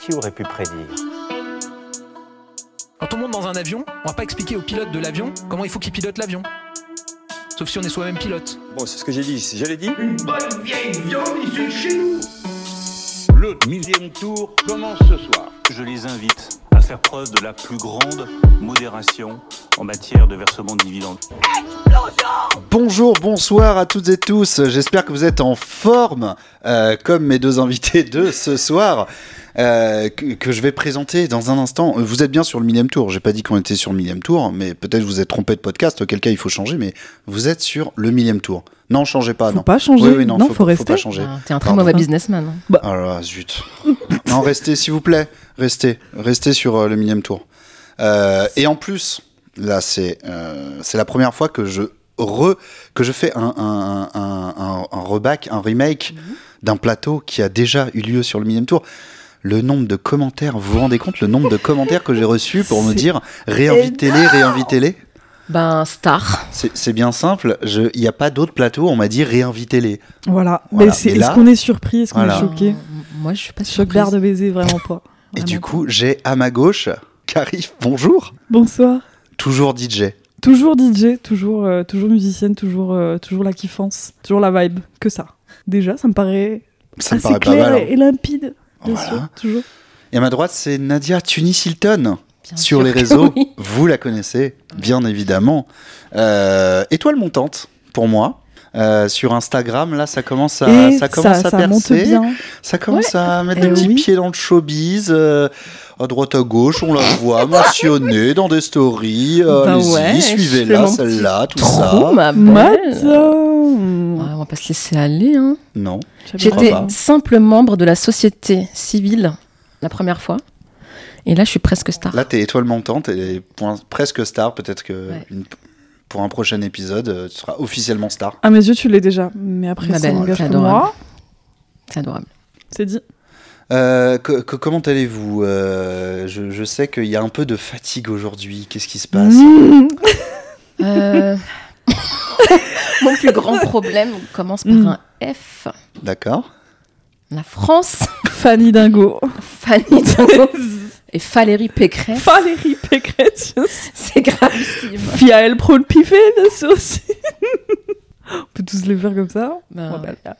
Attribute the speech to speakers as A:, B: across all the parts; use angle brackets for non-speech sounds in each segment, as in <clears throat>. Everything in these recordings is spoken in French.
A: qui aurait pu prédire
B: Quand on monte dans un avion, on va pas expliquer au pilote de l'avion comment il faut qu'il pilote l'avion. Sauf si on est soi-même pilote.
C: Bon, c'est ce que j'ai dit. Je l'ai dit.
D: Une bonne vieille viande issue de chez nous
E: Le millième tour commence ce soir.
F: Je les invite à faire preuve de la plus grande modération en matière de versement de dividendes.
G: Bonjour, bonsoir à toutes et tous. J'espère que vous êtes en forme, euh, comme mes deux invités de ce soir, euh, que, que je vais présenter dans un instant. Euh, Vous êtes bien sur le millième tour. J'ai pas dit qu'on était sur le millième tour, mais peut-être vous êtes trompé de podcast. Auquel cas, il faut changer. Mais vous êtes sur le millième tour. Non, changez pas.
H: Faut
G: Ah non.
H: pas changer.
G: Oui, oui, non,
H: Non,
G: faut,
H: faut rester. Bah,
G: pas changer.
I: Ah, T'es un très
G: Pardon.
I: mauvais businessman. hein.
G: Ah là, zut. non, restez, s'il vous plaît. Restez. Restez sur euh, le millième tour. Euh, et en plus, là, c'est euh, c'est la première fois que je, re, que je fais un, un, un, un, un reback, un remake d'un plateau qui a déjà eu lieu sur le millième tour. Le nombre de commentaires, vous vous rendez compte le nombre de commentaires que j'ai reçus pour me
H: C'est
G: dire réinvitez-les, réinvitez-les
I: Ben, star.
G: C'est c'est bien simple, je- il n'y a pas d'autres plateaux, on m'a dit réinvitez-les.
H: Voilà.
G: Voilà.
H: Mais c'est-
G: Et
H: est-ce
G: là-
H: qu'on est surpris Est-ce qu'on
G: Voilà.
H: est choqué
I: Euh, Moi, je suis pas
H: Choc
I: surprise.
H: barre de baiser, vraiment
I: <laughs>
H: pas.
G: Et
H: Vraiment
G: du
H: pas.
G: coup, j'ai à ma gauche <laughs> Karif, bonjour,
H: Bonsoir.
G: toujours DJ.
H: Toujours DJ, toujours, euh, toujours musicienne, toujours, euh, toujours la kiffance, toujours la vibe, que ça. Déjà, ça me paraît
G: Ça me
H: assez
G: paraît pas
H: Ah, clair
G: mal. hein.
H: et limpide. Bien
G: Voilà.
H: sûr, toujours.
G: Et à ma droite, c'est Nadia Tunis-Hilton. Sur
I: Bien sûr
G: les
I: que
G: réseaux,
I: oui.
G: vous la connaissez, bien évidemment. Euh, étoile montante, pour moi. Euh, sur Instagram, là, ça commence à,
H: et
G: ça commence à
H: ça
G: percer.
H: monte bien.
G: Ça commence à mettre
H: Eh
G: des petits
H: oui.
G: pieds dans le showbiz. euh, à droite, à gauche, on la
H: <laughs>
G: voit mentionnée dans des stories. euh,
I: Bah
G: Allez-y,
I: ouais, je fais
G: suivez-la,
I: mon
G: celle-là, tout
I: Trop,
G: ça.
I: ma belle. Ouais,
H: Matin.
I: on va pas se laisser aller. Hein.
G: Non.
I: Ah, J'étais
G: pas.
I: simple membre de la société civile la première fois. Et là, je suis presque star.
G: Là, t'es étoile montante et point- presque star. Peut-être que
I: Ouais.
G: une- pour un prochain épisode, euh, tu seras officiellement star.
H: À mes yeux, tu l'es déjà. Mais après,
I: Ma
H: ça
I: belle,
H: n'engage
I: t'es
H: que
I: adorable.
H: moi.
I: C'est adorable.
H: C'est dit.
G: Euh, que- que- comment allez-vous Euh, je, je sais qu'il y a un peu de fatigue aujourd'hui. Qu'est-ce qui se passe
H: Mmh.
G: <laughs>
I: Euh, Mon plus grand problème commence par
H: Mm.
I: un F.
G: D'accord.
I: La France,
H: Fanny Dingo.
I: Fanny Dingo
H: <laughs>
I: et Valérie Pécresse.
H: Valérie Pécresse. je sais.
I: C'est gravissime.
H: Fiaël Prone Piffé, bien sûr aussi. On peut tous les faire comme ça.
I: Ben,
H: Ouais, bah, là.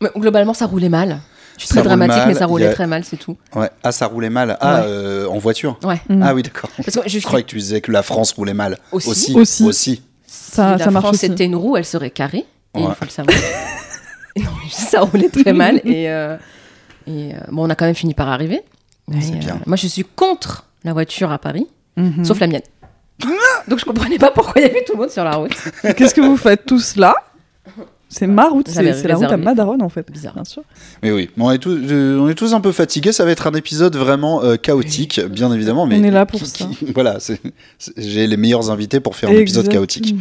I: Mais globalement, ça roulait mal. Je suis
G: Ça
I: très
G: roule
I: dramatique,
G: mal,
I: mais ça roulait
G: il y a-
I: très mal, c'est tout.
G: Ouais. Ah, ça roulait mal. Ah,
I: Ouais.
G: euh, en voiture
I: Ouais.
H: Mm.
G: Ah oui, d'accord.
I: Parce que je
G: Je croyais que tu disais que la France roulait mal.
I: Aussi.
G: Aussi.
H: Aussi.
I: si
H: Ça-
I: la
H: ça marche
I: France
H: aussi.
I: était une roue, elle serait carrée. Et
G: Ouais.
I: il faut le
G: <laughs>
I: savoir. Et non, mais ça roulait très mal. Et, euh, et, euh, bon, on a quand même fini par arriver. Mais, euh,
G: c'est bien.
I: moi, je suis contre la voiture à Paris,
H: Mhm.
I: sauf
G: <laughs>
I: la mienne. Donc, je comprenais pas pourquoi il y avait tout le monde sur la route.
H: Qu'est-ce que vous faites tous là C'est ma route, c'est
I: J'avais
H: c'est la route à
I: réservé.
H: Madaron en fait.
I: Bizarre.
H: Bien sûr.
G: Mais oui, on est, tous, euh, on est tous un peu fatigués. Ça va être un épisode vraiment euh, chaotique, bien évidemment. Mais
H: On est là pour
G: qui-
H: ça.
G: qui- <laughs> voilà, c'est- c'est- j'ai les meilleurs invités pour faire un épisode
H: Exactement.
G: chaotique.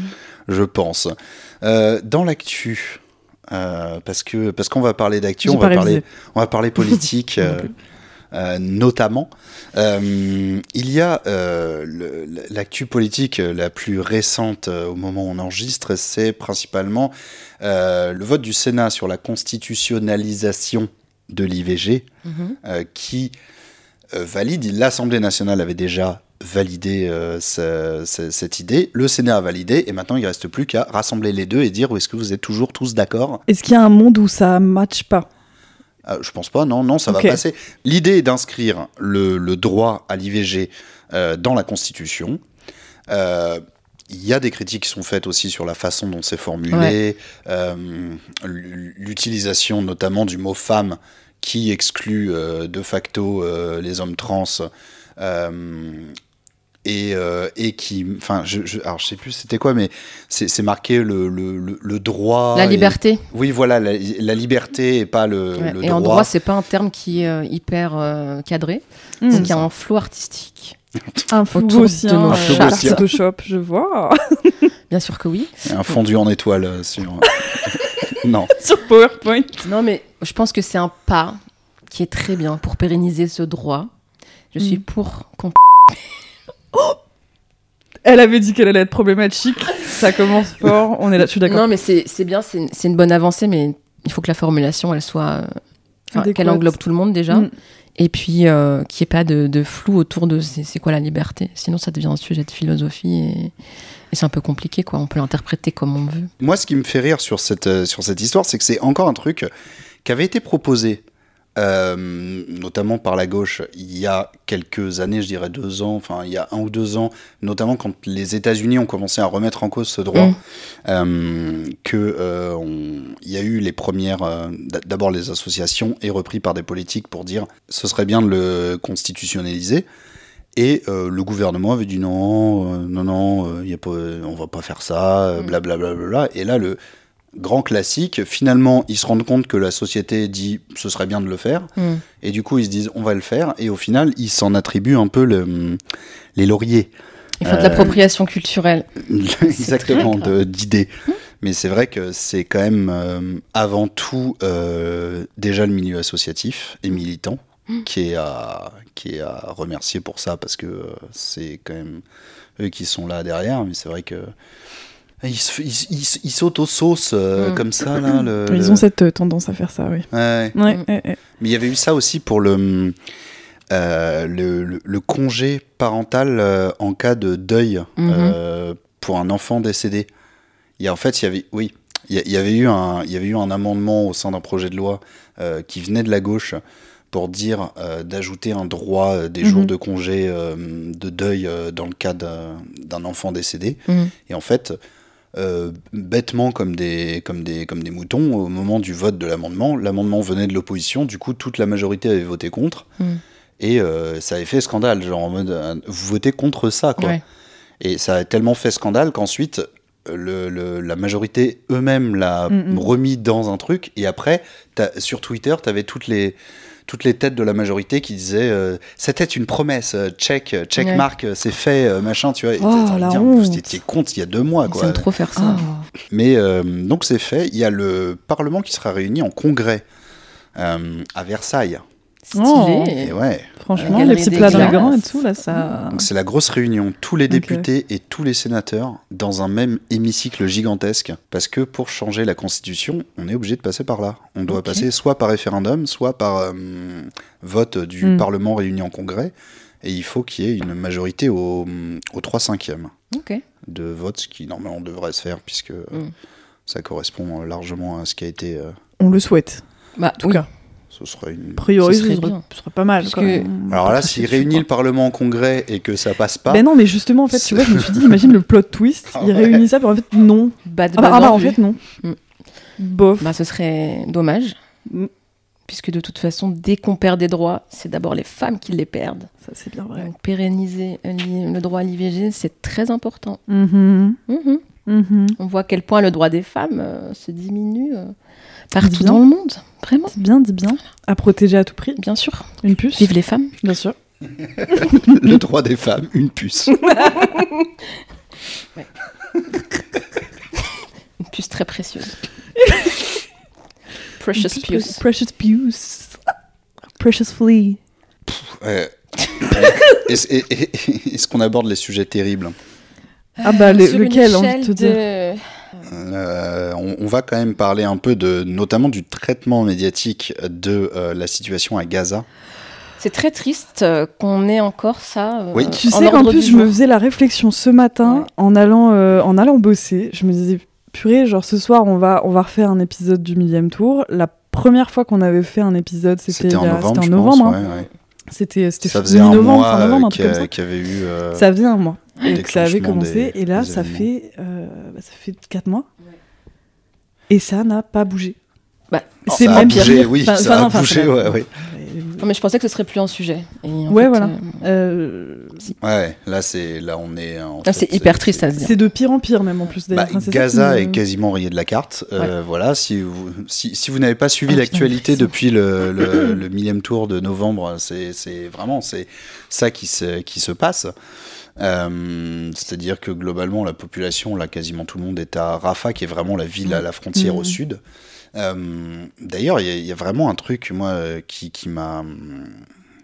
G: je pense. Euh, dans l'actu, euh, parce que parce qu'on va parler d'actu,
H: J'ai
G: on va
H: pas
G: parler,
H: révisé.
G: on va parler
H: <laughs>
G: politique. euh, euh, notamment, Euh, il y a euh, le- l'actu politique la plus récente euh, au moment où on enregistre, c'est principalement euh, le vote du Sénat sur la constitutionnalisation de l'IVG euh, qui euh, valide. L'Assemblée nationale avait déjà validé euh, ce- ce- cette idée, le Sénat a validé, et maintenant il ne reste plus qu'à rassembler les deux et dire est-ce que vous êtes toujours tous d'accord
H: Est-ce qu'il y a un monde où ça matche pas
G: Euh, Je pense pas, non, non, ça
H: Ok.
G: va passer. L'idée est d'inscrire le, le droit à l'IVG euh, dans la Constitution. Euh, il y a des critiques qui sont faites aussi sur la façon dont c'est formulé, euh, l'utilisation notamment du mot femme qui exclut euh, de facto euh, les hommes trans euh, et, euh, et qui, enfin, je, je, alors je sais plus c'était quoi, mais c'est c'est marqué le, le, le- le droit.
I: la
G: et-
I: liberté.
G: oui, voilà, la, la liberté et pas le,
I: Ouais.
G: le
I: et en droit, c'est pas un terme qui est euh, hyper euh, cadré.
H: Mmh.
I: Donc, il y a un flou artistique.
H: Un flou
I: Autour de
H: gaussien,
I: nos
H: euh,
G: chats.
H: par Photoshop, je vois. <laughs>
I: Bien sûr que oui.
G: un fondu en étoile euh, <laughs> sur. non.
H: Sur PowerPoint.
I: Non, mais je pense que c'est un pas qui est très bien pour pérenniser ce droit. Je suis
H: Mm.
I: pour qu'on.
H: Elle avait dit qu'elle allait être problématique. Ça commence fort. On est là, je suis d'accord.
I: Non, mais c'est c'est bien, c'est une- c'est une bonne avancée, mais il faut que la formulation, elle soit. euh, enfin,
H: Adéquate.
I: qu'elle englobe tout le monde déjà.
H: Mm.
I: et puis euh, qu'il n'y ait pas de, de flou autour de c'est c'est quoi la liberté. Sinon, ça devient un sujet de philosophie et, et c'est un peu compliqué, quoi. On peut l'interpréter comme on veut.
G: Moi, ce qui me fait rire sur cette, euh, sur cette histoire, c'est que c'est encore un truc qui avait été proposé, euh, notamment par la gauche, il y a quelques années, je dirais deux ans, enfin, il y a un ou deux ans, notamment quand les États-Unis ont commencé à remettre en cause ce droit,
I: Mm.
G: euh, que euh, on- il y a eu les premières, euh, d- d'abord les associations, et repris par des politiques pour dire ce serait bien de le constitutionnaliser. Et euh, le gouvernement avait dit non, euh, non, non, euh, y a pas, euh, on va pas faire ça, euh,
I: Mm.
G: blablabla. Et là, le grand classique, finalement, ils se rendent compte que la société dit ce serait bien de le faire.
I: Mm.
G: Et du coup, ils se disent on va le faire. Et au final, ils s'en attribuent un peu le- les lauriers.
I: Il faut de
G: Euh,
I: l'appropriation culturelle.
G: <laughs> Exactement,
I: très grave.
G: de- d'idées.
H: Mmh.
G: Mais c'est vrai que c'est quand même euh, avant tout euh, déjà le milieu associatif et militant
H: Mmh.
G: qui est, à, qui est à remercier pour ça parce que euh, c'est quand même eux qui sont là derrière. Mais c'est vrai que. Ils, se f- ils, ils- ils sautent aux sauces euh,
I: Mm.
G: comme ça, là. le-
H: Mmh. Ils
G: le-
H: ont cette euh, tendance à faire ça, oui.
G: Ouais.
H: Ouais,
I: Mm.
H: ouais, ouais.
G: Mais il y avait eu ça aussi pour le, euh, le, le- le congé parental euh, en cas de deuil
I: Mhm.
G: euh, pour un enfant décédé. Il y a, en fait, il y avait, oui, il y, a- il y avait eu un, il y avait eu un amendement au sein d'un projet de loi euh, qui venait de la gauche pour dire euh, d'ajouter un droit euh, des jours
H: Mhm.
G: de congé euh, de deuil euh, dans le cas d'un- d'un enfant décédé.
I: Mhm.
G: Et en fait, euh, bêtement comme des, comme, des, comme des moutons, au moment du vote de l'amendement, l'amendement venait de l'opposition, du coup toute la majorité avait voté contre.
I: Mm.
G: Et euh, ça avait fait scandale, genre en mode euh, vous votez contre ça quoi.
I: Ouais.
G: Et ça a tellement fait scandale qu'ensuite euh, le, le- la majorité eux-mêmes l'a
H: Mm, mm.
G: remis dans un truc. Et après, t'as- sur Twitter, t'avais toutes les toutes les têtes de la majorité qui disaient euh, c'était une promesse, euh, check, check
I: Ouais.
G: mark, euh, c'est fait, euh, machin, tu vois. Et
H: Oh,
G: t'as- t'as envie
H: la
G: de dire, vous
H: honte.
G: étiez contre il y a deux mois
I: Ils
G: Ah, quoi.
I: aiment trop faire ça.
H: Oh.
G: Mais euh, donc c'est fait, il y a le Parlement qui sera réuni en congrès euh, à Versailles.
H: Oh.
I: Stylé.
G: Et ouais,
H: Franchement,
I: La
H: les
I: galerie
H: petits
I: des
H: plats dans les
I: glaces.
H: grands et tout, là, ça.
G: donc c'est la grosse réunion, tous les
H: Ok.
G: députés et tous les sénateurs dans un même hémicycle gigantesque, parce que pour changer la Constitution, on est obligé de passer par là. On doit
I: Ok.
G: passer soit par référendum, soit par euh, vote du
H: Hmm.
G: Parlement réuni en congrès, et il faut qu'il y ait une majorité au, au 3 cinquièmes.
H: Oh.
I: Ok.
G: de vote, ce qui normalement devrait se faire, puisque euh,
H: Hmm.
I: Mm.
G: ça correspond euh, largement à ce qui a été. euh,
H: On le souhaite.
I: Bah,
H: tout
I: oui,
H: cas.
G: ce serait une.
H: A priori,
I: Ce
H: ce
I: serait
H: serait,
I: bien.
H: ce serait pas mal.
I: Parce
H: quoi.
I: que-
H: On
G: Alors
H: va
G: là,
H: pas
G: s'il
H: cracher
G: réunit
H: dessus,
G: le Parlement en congrès et que ça passe
H: quoi.
G: pas.
H: Ben non, mais justement, en fait, tu vois, je
G: <laughs>
H: me suis dit, imagine le plot twist.
G: Ah
H: il
G: ouais.
H: réunit ça, puis en fait, non.
I: Bad
H: Ah bah,
I: bad
H: ah bah,
I: non
H: en
I: plus.
H: fait, non.
I: Mm.
H: Bof.
I: Bah, ce serait dommage.
H: Mm.
I: Puisque de toute façon, dès qu'on perd des droits, c'est d'abord les femmes qui les perdent.
H: ça, c'est bien vrai.
I: Donc pérenniser euh, l'i- le droit à l'IVG, c'est très important.
H: Mhm.
I: Mhm.
H: Mhm.
I: On voit à quel point le droit des femmes euh, se diminue euh, partout
H: Bien.
I: dans le monde. Vraiment,
H: Dis bien, dis bien. À protéger à tout prix.
I: bien sûr.
H: Une puce.
I: Vive les femmes.
H: Bien sûr.
G: le droit des femmes, une
H: <laughs>
G: puce.
I: Une puce très
H: <laughs>
I: précieuse. Precious
H: Precious
I: puce.
H: Precious puce. Precious flea.
G: Ouais. Est-ce et- et- et- est-ce qu'on aborde les sujets terribles
H: Ah bah, le-
I: Sur une
H: lequel, envie
I: échelle
H: de te dire.
I: de-
G: Euh, on, on va quand même parler un peu de, notamment du traitement médiatique de euh, la situation à Gaza.
I: C'est très triste euh, qu'on ait encore ça. euh,
G: Oui.
H: Tu
I: en
H: sais, en
I: ordre
H: plus,
I: du
H: je me
I: jour.
H: faisais la réflexion ce matin
I: Ouais.
H: en, allant, euh, en allant bosser. Je me disais, purée, genre ce soir, on va, on va refaire un épisode du millième tour. La première fois qu'on avait fait un épisode, c'était
G: C'était en
H: il y a-
G: novembre,
H: c'était
G: je
H: novembre,
G: pense,
H: hein.
G: ouais, ouais.
H: C'était euh, c'était
G: Ça
H: fin
G: faisait un
H: mi-novembre,
G: mois
H: fin novembre,
G: euh,
H: un
G: qui
H: truc comme
G: a-
H: ça.
G: qui avait eu. euh,
H: Ça faisait un mois
G: le
H: que ça avait
G: déclenchement
H: commencé.
G: des-
H: et là,
G: des
H: ça
G: événements.
H: fait, euh, bah, ça fait 4 mois. Et ça n'a pas bougé.
I: Bah,
G: Oh,
H: c'est
G: ça a
H: même
G: bougé,
H: pire.
G: oui,
H: Enfin,
G: ça
H: enfin,
G: a
H: non, enfin,
G: bougé,
H: ça
G: ouais, ouais.
I: Non, mais je pensais que ce serait plus un sujet. Et en
H: Ouais,
I: fait,
H: voilà.
I: euh,
H: Euh,
G: Ouais, là, c'est- là, on est. en
I: ah,
G: fait,
I: c'est hyper triste à se dire.
H: c'est de pire en pire, même en plus d'ailleurs.
G: Bah,
H: Enfin, c'est ça qui
G: Gaza
H: me-
G: est quasiment rayé de la carte. Euh, Voilà, si vous, si, si vous n'avez pas suivi
I: Ah, putain,
G: l'actualité
I: impressionnant.
G: depuis le, le, le millième tour de novembre, c'est c'est vraiment c'est ça qui se, qui se passe. Euh, C'est-à-dire que globalement, la population, là, quasiment tout le monde est à Rafah, qui est vraiment la ville à la frontière au
H: Mhm.
G: sud. Euh, D'ailleurs, il y, a- il y a vraiment un truc, moi, euh, qui, qui m'a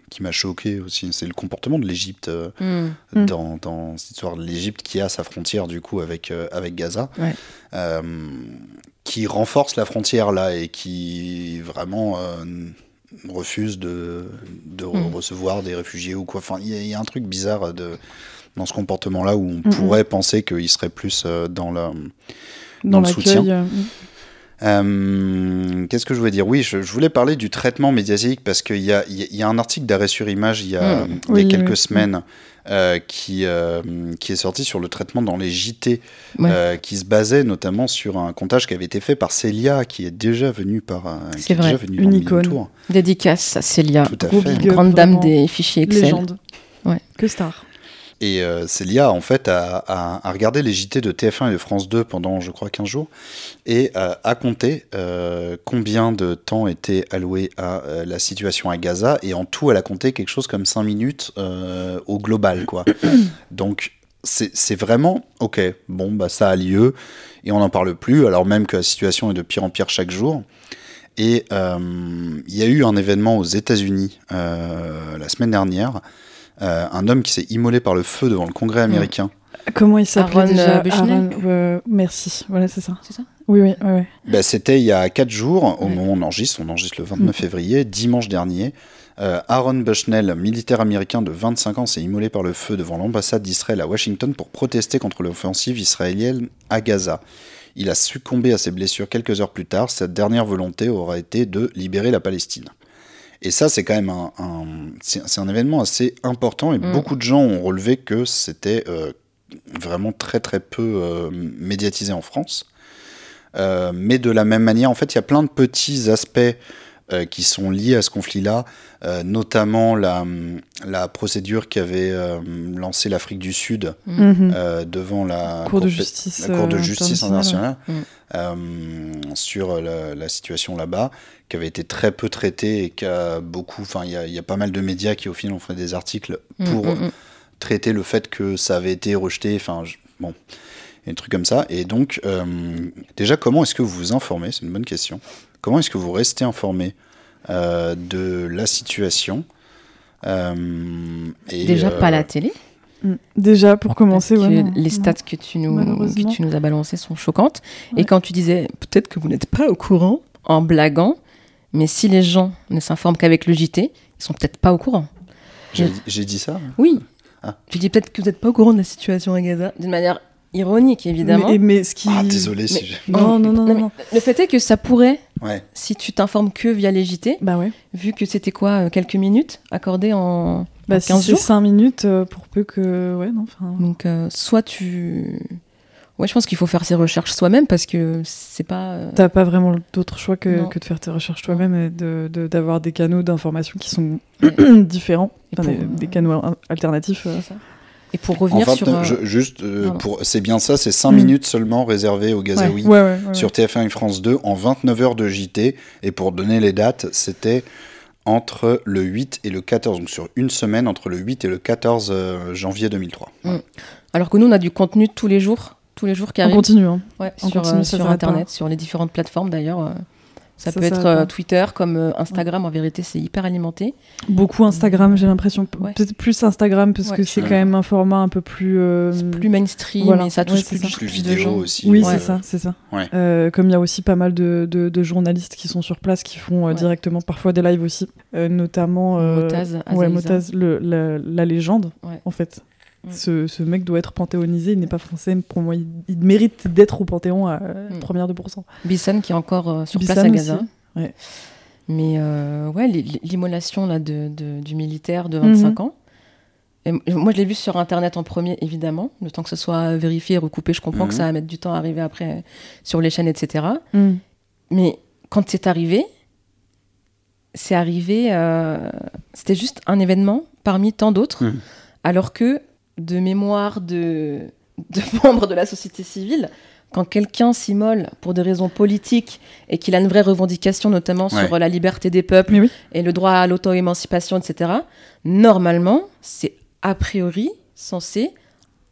G: qui m'a choqué aussi, c'est le comportement de l'Égypte. euh,
I: Hmm.
H: Mm.
G: dans, dans cette histoire de l'Égypte qui a sa frontière du coup avec, euh, avec Gaza,
I: Ouais.
G: Euh, qui renforce la frontière là et qui vraiment euh, refuse de, de re-
I: Mm.
G: recevoir des réfugiés ou quoi. Enfin, il y, a- il y a un truc bizarre de, dans ce comportement-là où
I: Hmm,
G: on
H: Mm.
G: pourrait penser qu'il serait plus euh, dans la. Dans
H: dans,
G: le
H: l'accueil.
G: soutien.
H: euh,
G: Euh, Qu'est-ce que je voulais dire Oui, je, je voulais parler du traitement médiatique parce qu'il y a, il y a- il y a un article d'arrêt sur image il y a,
I: Mm.
G: il y a
H: Hmm. Oui,
G: quelques
H: oui.
G: semaines euh, qui, euh, qui est sorti sur le traitement dans les JT
I: Ouais.
G: euh, qui se basait notamment sur un comptage qui avait été fait par Célia qui est déjà venue par euh, qui
I: C'est
G: est
I: vrai,
G: déjà venue
H: une
G: dans
H: icône.
G: Tour.
I: Dédicace à Célia,
G: Tout à
H: Gros
G: fait.
H: big up,
I: grande dame
H: vraiment.
I: des fichiers Excel.
H: Légende.
I: Ouais.
H: Que star.
G: Et euh, Célia, en fait, a, a- a regardé les JT de TF1 et de France 2 pendant, je crois, 15 jours et euh, a compté euh, combien de temps était alloué à euh, la situation à Gaza. Et en tout, elle a compté quelque chose comme 5 minutes euh, au global, quoi. <coughs> Donc, c'est c'est vraiment, ok, bon, bah, ça a lieu et on n'en parle plus, alors même que la situation est de pire en pire chaque jour. Et euh, il y a eu un événement aux États-Unis euh, la semaine dernière. Euh, un homme qui s'est immolé par le feu devant le Congrès américain.
H: Comment il s'appelait
I: Aaron,
H: déjà
I: euh, Bushnell
H: euh, Merci. Voilà, c'est ça.
I: C'est ça
H: Oui, oui, oui. oui.
G: Bah, C'était il y a 4 jours, au
I: Ouais.
G: moment où on enregistre, on enregistre le 29 février, dimanche dernier. Euh, Aaron Bushnell, militaire américain de 25 ans, s'est immolé par le feu devant l'ambassade d'Israël à Washington pour protester contre l'offensive israélienne à Gaza. Il a succombé à ses blessures quelques heures plus tard. Sa dernière volonté aura été de libérer la Palestine. Et ça, c'est quand même un, un- c'est c'est un événement assez important et
I: Mm.
G: beaucoup de gens ont relevé que c'était euh, vraiment très très peu euh, médiatisé en France. Euh, mais de la même manière, en fait, il y a plein de petits aspects euh, qui sont liés à ce conflit-là, euh, notamment la, la procédure qu'avait euh, lancée l'Afrique du Sud
I: Mm.
H: Mhm.
G: euh, devant la
H: Cour de
G: Cour-
H: justice.
G: la Cour de
H: euh, Mm.
G: justice internationale euh, sur la, la situation là-bas, qui avait été très peu traitée et qui a beaucoup. Enfin, il y, a- il y a pas mal de médias qui, au final, ont fait des articles pour
I: Mm, mm, mm.
G: traiter le fait que ça avait été rejeté. Enfin, je- bon, et des trucs comme ça. Et donc, euh, déjà, comment est-ce que vous vous informez C'est une bonne question. Comment est-ce que vous restez informé euh, de la situation Euh, et,
I: Déjà
G: euh,
I: pas à la télé.
H: Mm. Déjà, pour commencer,
I: Parce
H: ouais,
I: que
H: non, Mm.
I: les
H: non.
I: stats que tu, nous,
H: Malheureusement.
I: que tu nous as balancées sont choquantes.
H: Ouais.
I: Et quand tu disais peut-être que vous n'êtes pas au courant, en blaguant, mais si les gens ne s'informent qu'avec le JT, ils sont peut-être pas au courant.
G: J'ai j'ai dit ça
I: Oui.
G: Ah.
I: Tu dis peut-être que vous n'êtes pas au courant de la situation à Gaza, d'une manière ironique évidemment.
H: Mais, mais ce qui.
G: Ah, désolé si
I: Mais-
G: j'ai-
H: Non, non, non, non.
I: Non, mais
H: non.
I: le fait est que ça pourrait,
G: Ouais,
I: si tu t'informes que via les JT,
H: Bah ouais.
I: vu que c'était quoi, euh, quelques minutes accordées en,
H: Bah,
I: en
H: si
I: 15
H: c'est
I: jours.
H: 5 minutes euh, pour peu que. Ouais, non, enfin.
I: Donc, euh, soit tu. Ouais, je pense qu'il faut faire ses recherches soi-même parce que c'est pas. euh,
H: T'as pas vraiment d'autre choix que,
I: Non.
H: que de faire tes recherches toi-même et d'avoir de, d'avoir des canaux d'information qui sont <coughs> différents,
I: Et pour,
H: Enfin, des,
I: euh,
H: des canaux al- alternatifs. euh.
I: c'est ça. Et pour revenir
G: En fait,
I: sur. euh,
G: je- juste, euh,
I: pardon.
G: pour, c'est bien ça, c'est 5
H: Mm.
G: minutes seulement réservées aux Gazaouis
H: Ouais, ouais, ouais, ouais.
G: sur TF1 et France 2 en 29 heures de JT. Et pour donner les dates, c'était entre le 8 et le 14, donc sur une semaine, entre le 8 et le 14 euh, janvier 2003.
I: Alors que nous, on a du contenu tous les jours, tous les jours qui
H: On
I: arrive.
H: continue. hein.
I: Ouais,
H: on
I: sur,
H: continue,
I: euh,
H: ça
I: sur
H: s'arrête
I: Internet, sur les différentes plateformes d'ailleurs. euh, Ça,
H: Ça
I: peut être
H: s'arrête
I: euh,
H: pas.
I: Twitter comme euh, Instagram, en vérité, c'est hyper alimenté.
H: Beaucoup Instagram, j'ai l'impression. Pe-
I: Ouais.
H: Peut-être plus Instagram parce que
I: Ouais.
H: c'est quand même un format un peu plus. euh,
I: C'est plus mainstream
H: voilà.
I: et ça
H: Ouais,
I: touche
H: c'est
I: plus,
H: ça.
G: Plus
I: de
G: vidéo
I: gens.
G: aussi.
H: Oui,
G: euh,
H: c'est ça, c'est ça.
G: Ouais.
H: Euh, comme il y a aussi pas mal de, de- de journalistes qui sont sur place, qui font euh,
I: Ouais.
H: directement parfois des lives aussi, Euh, notamment euh,
I: Motaz,
H: ouais,
I: Azaïza.
H: Motaz, le- la, la légende
I: Ouais.
H: en fait.
I: Mm.
H: Ce, ce mec doit être panthéonisé, il n'est pas français, mais pour moi il, il mérite d'être au panthéon à euh,
I: Mm.
H: première 2%.
I: Bissan qui est encore euh, sur place
H: Bissan
I: à Gaza.
H: aussi, ouais.
I: Mais euh, ouais, l'i- l'i- l'immolation là de, de- du militaire
H: Mhm.
I: de 25 ans. Et m- moi, je l'ai vu sur internet en premier, évidemment. Le temps que ce soit vérifié, recoupé, je comprends
G: Mhm.
I: que ça va mettre du temps à arriver après euh, sur les chaînes, etc. Mais quand c'est arrivé, c'est arrivé. euh, C'était juste un événement parmi tant d'autres,
G: Mhm.
I: alors que de mémoire de, de <laughs> membres de la société civile, quand quelqu'un s'immole pour des raisons politiques et qu'il a une vraie revendication, notamment
G: Ouais.
I: sur euh, la liberté des peuples
H: Mais oui.
I: et le droit à l'auto-émancipation, etc., normalement, c'est a priori censé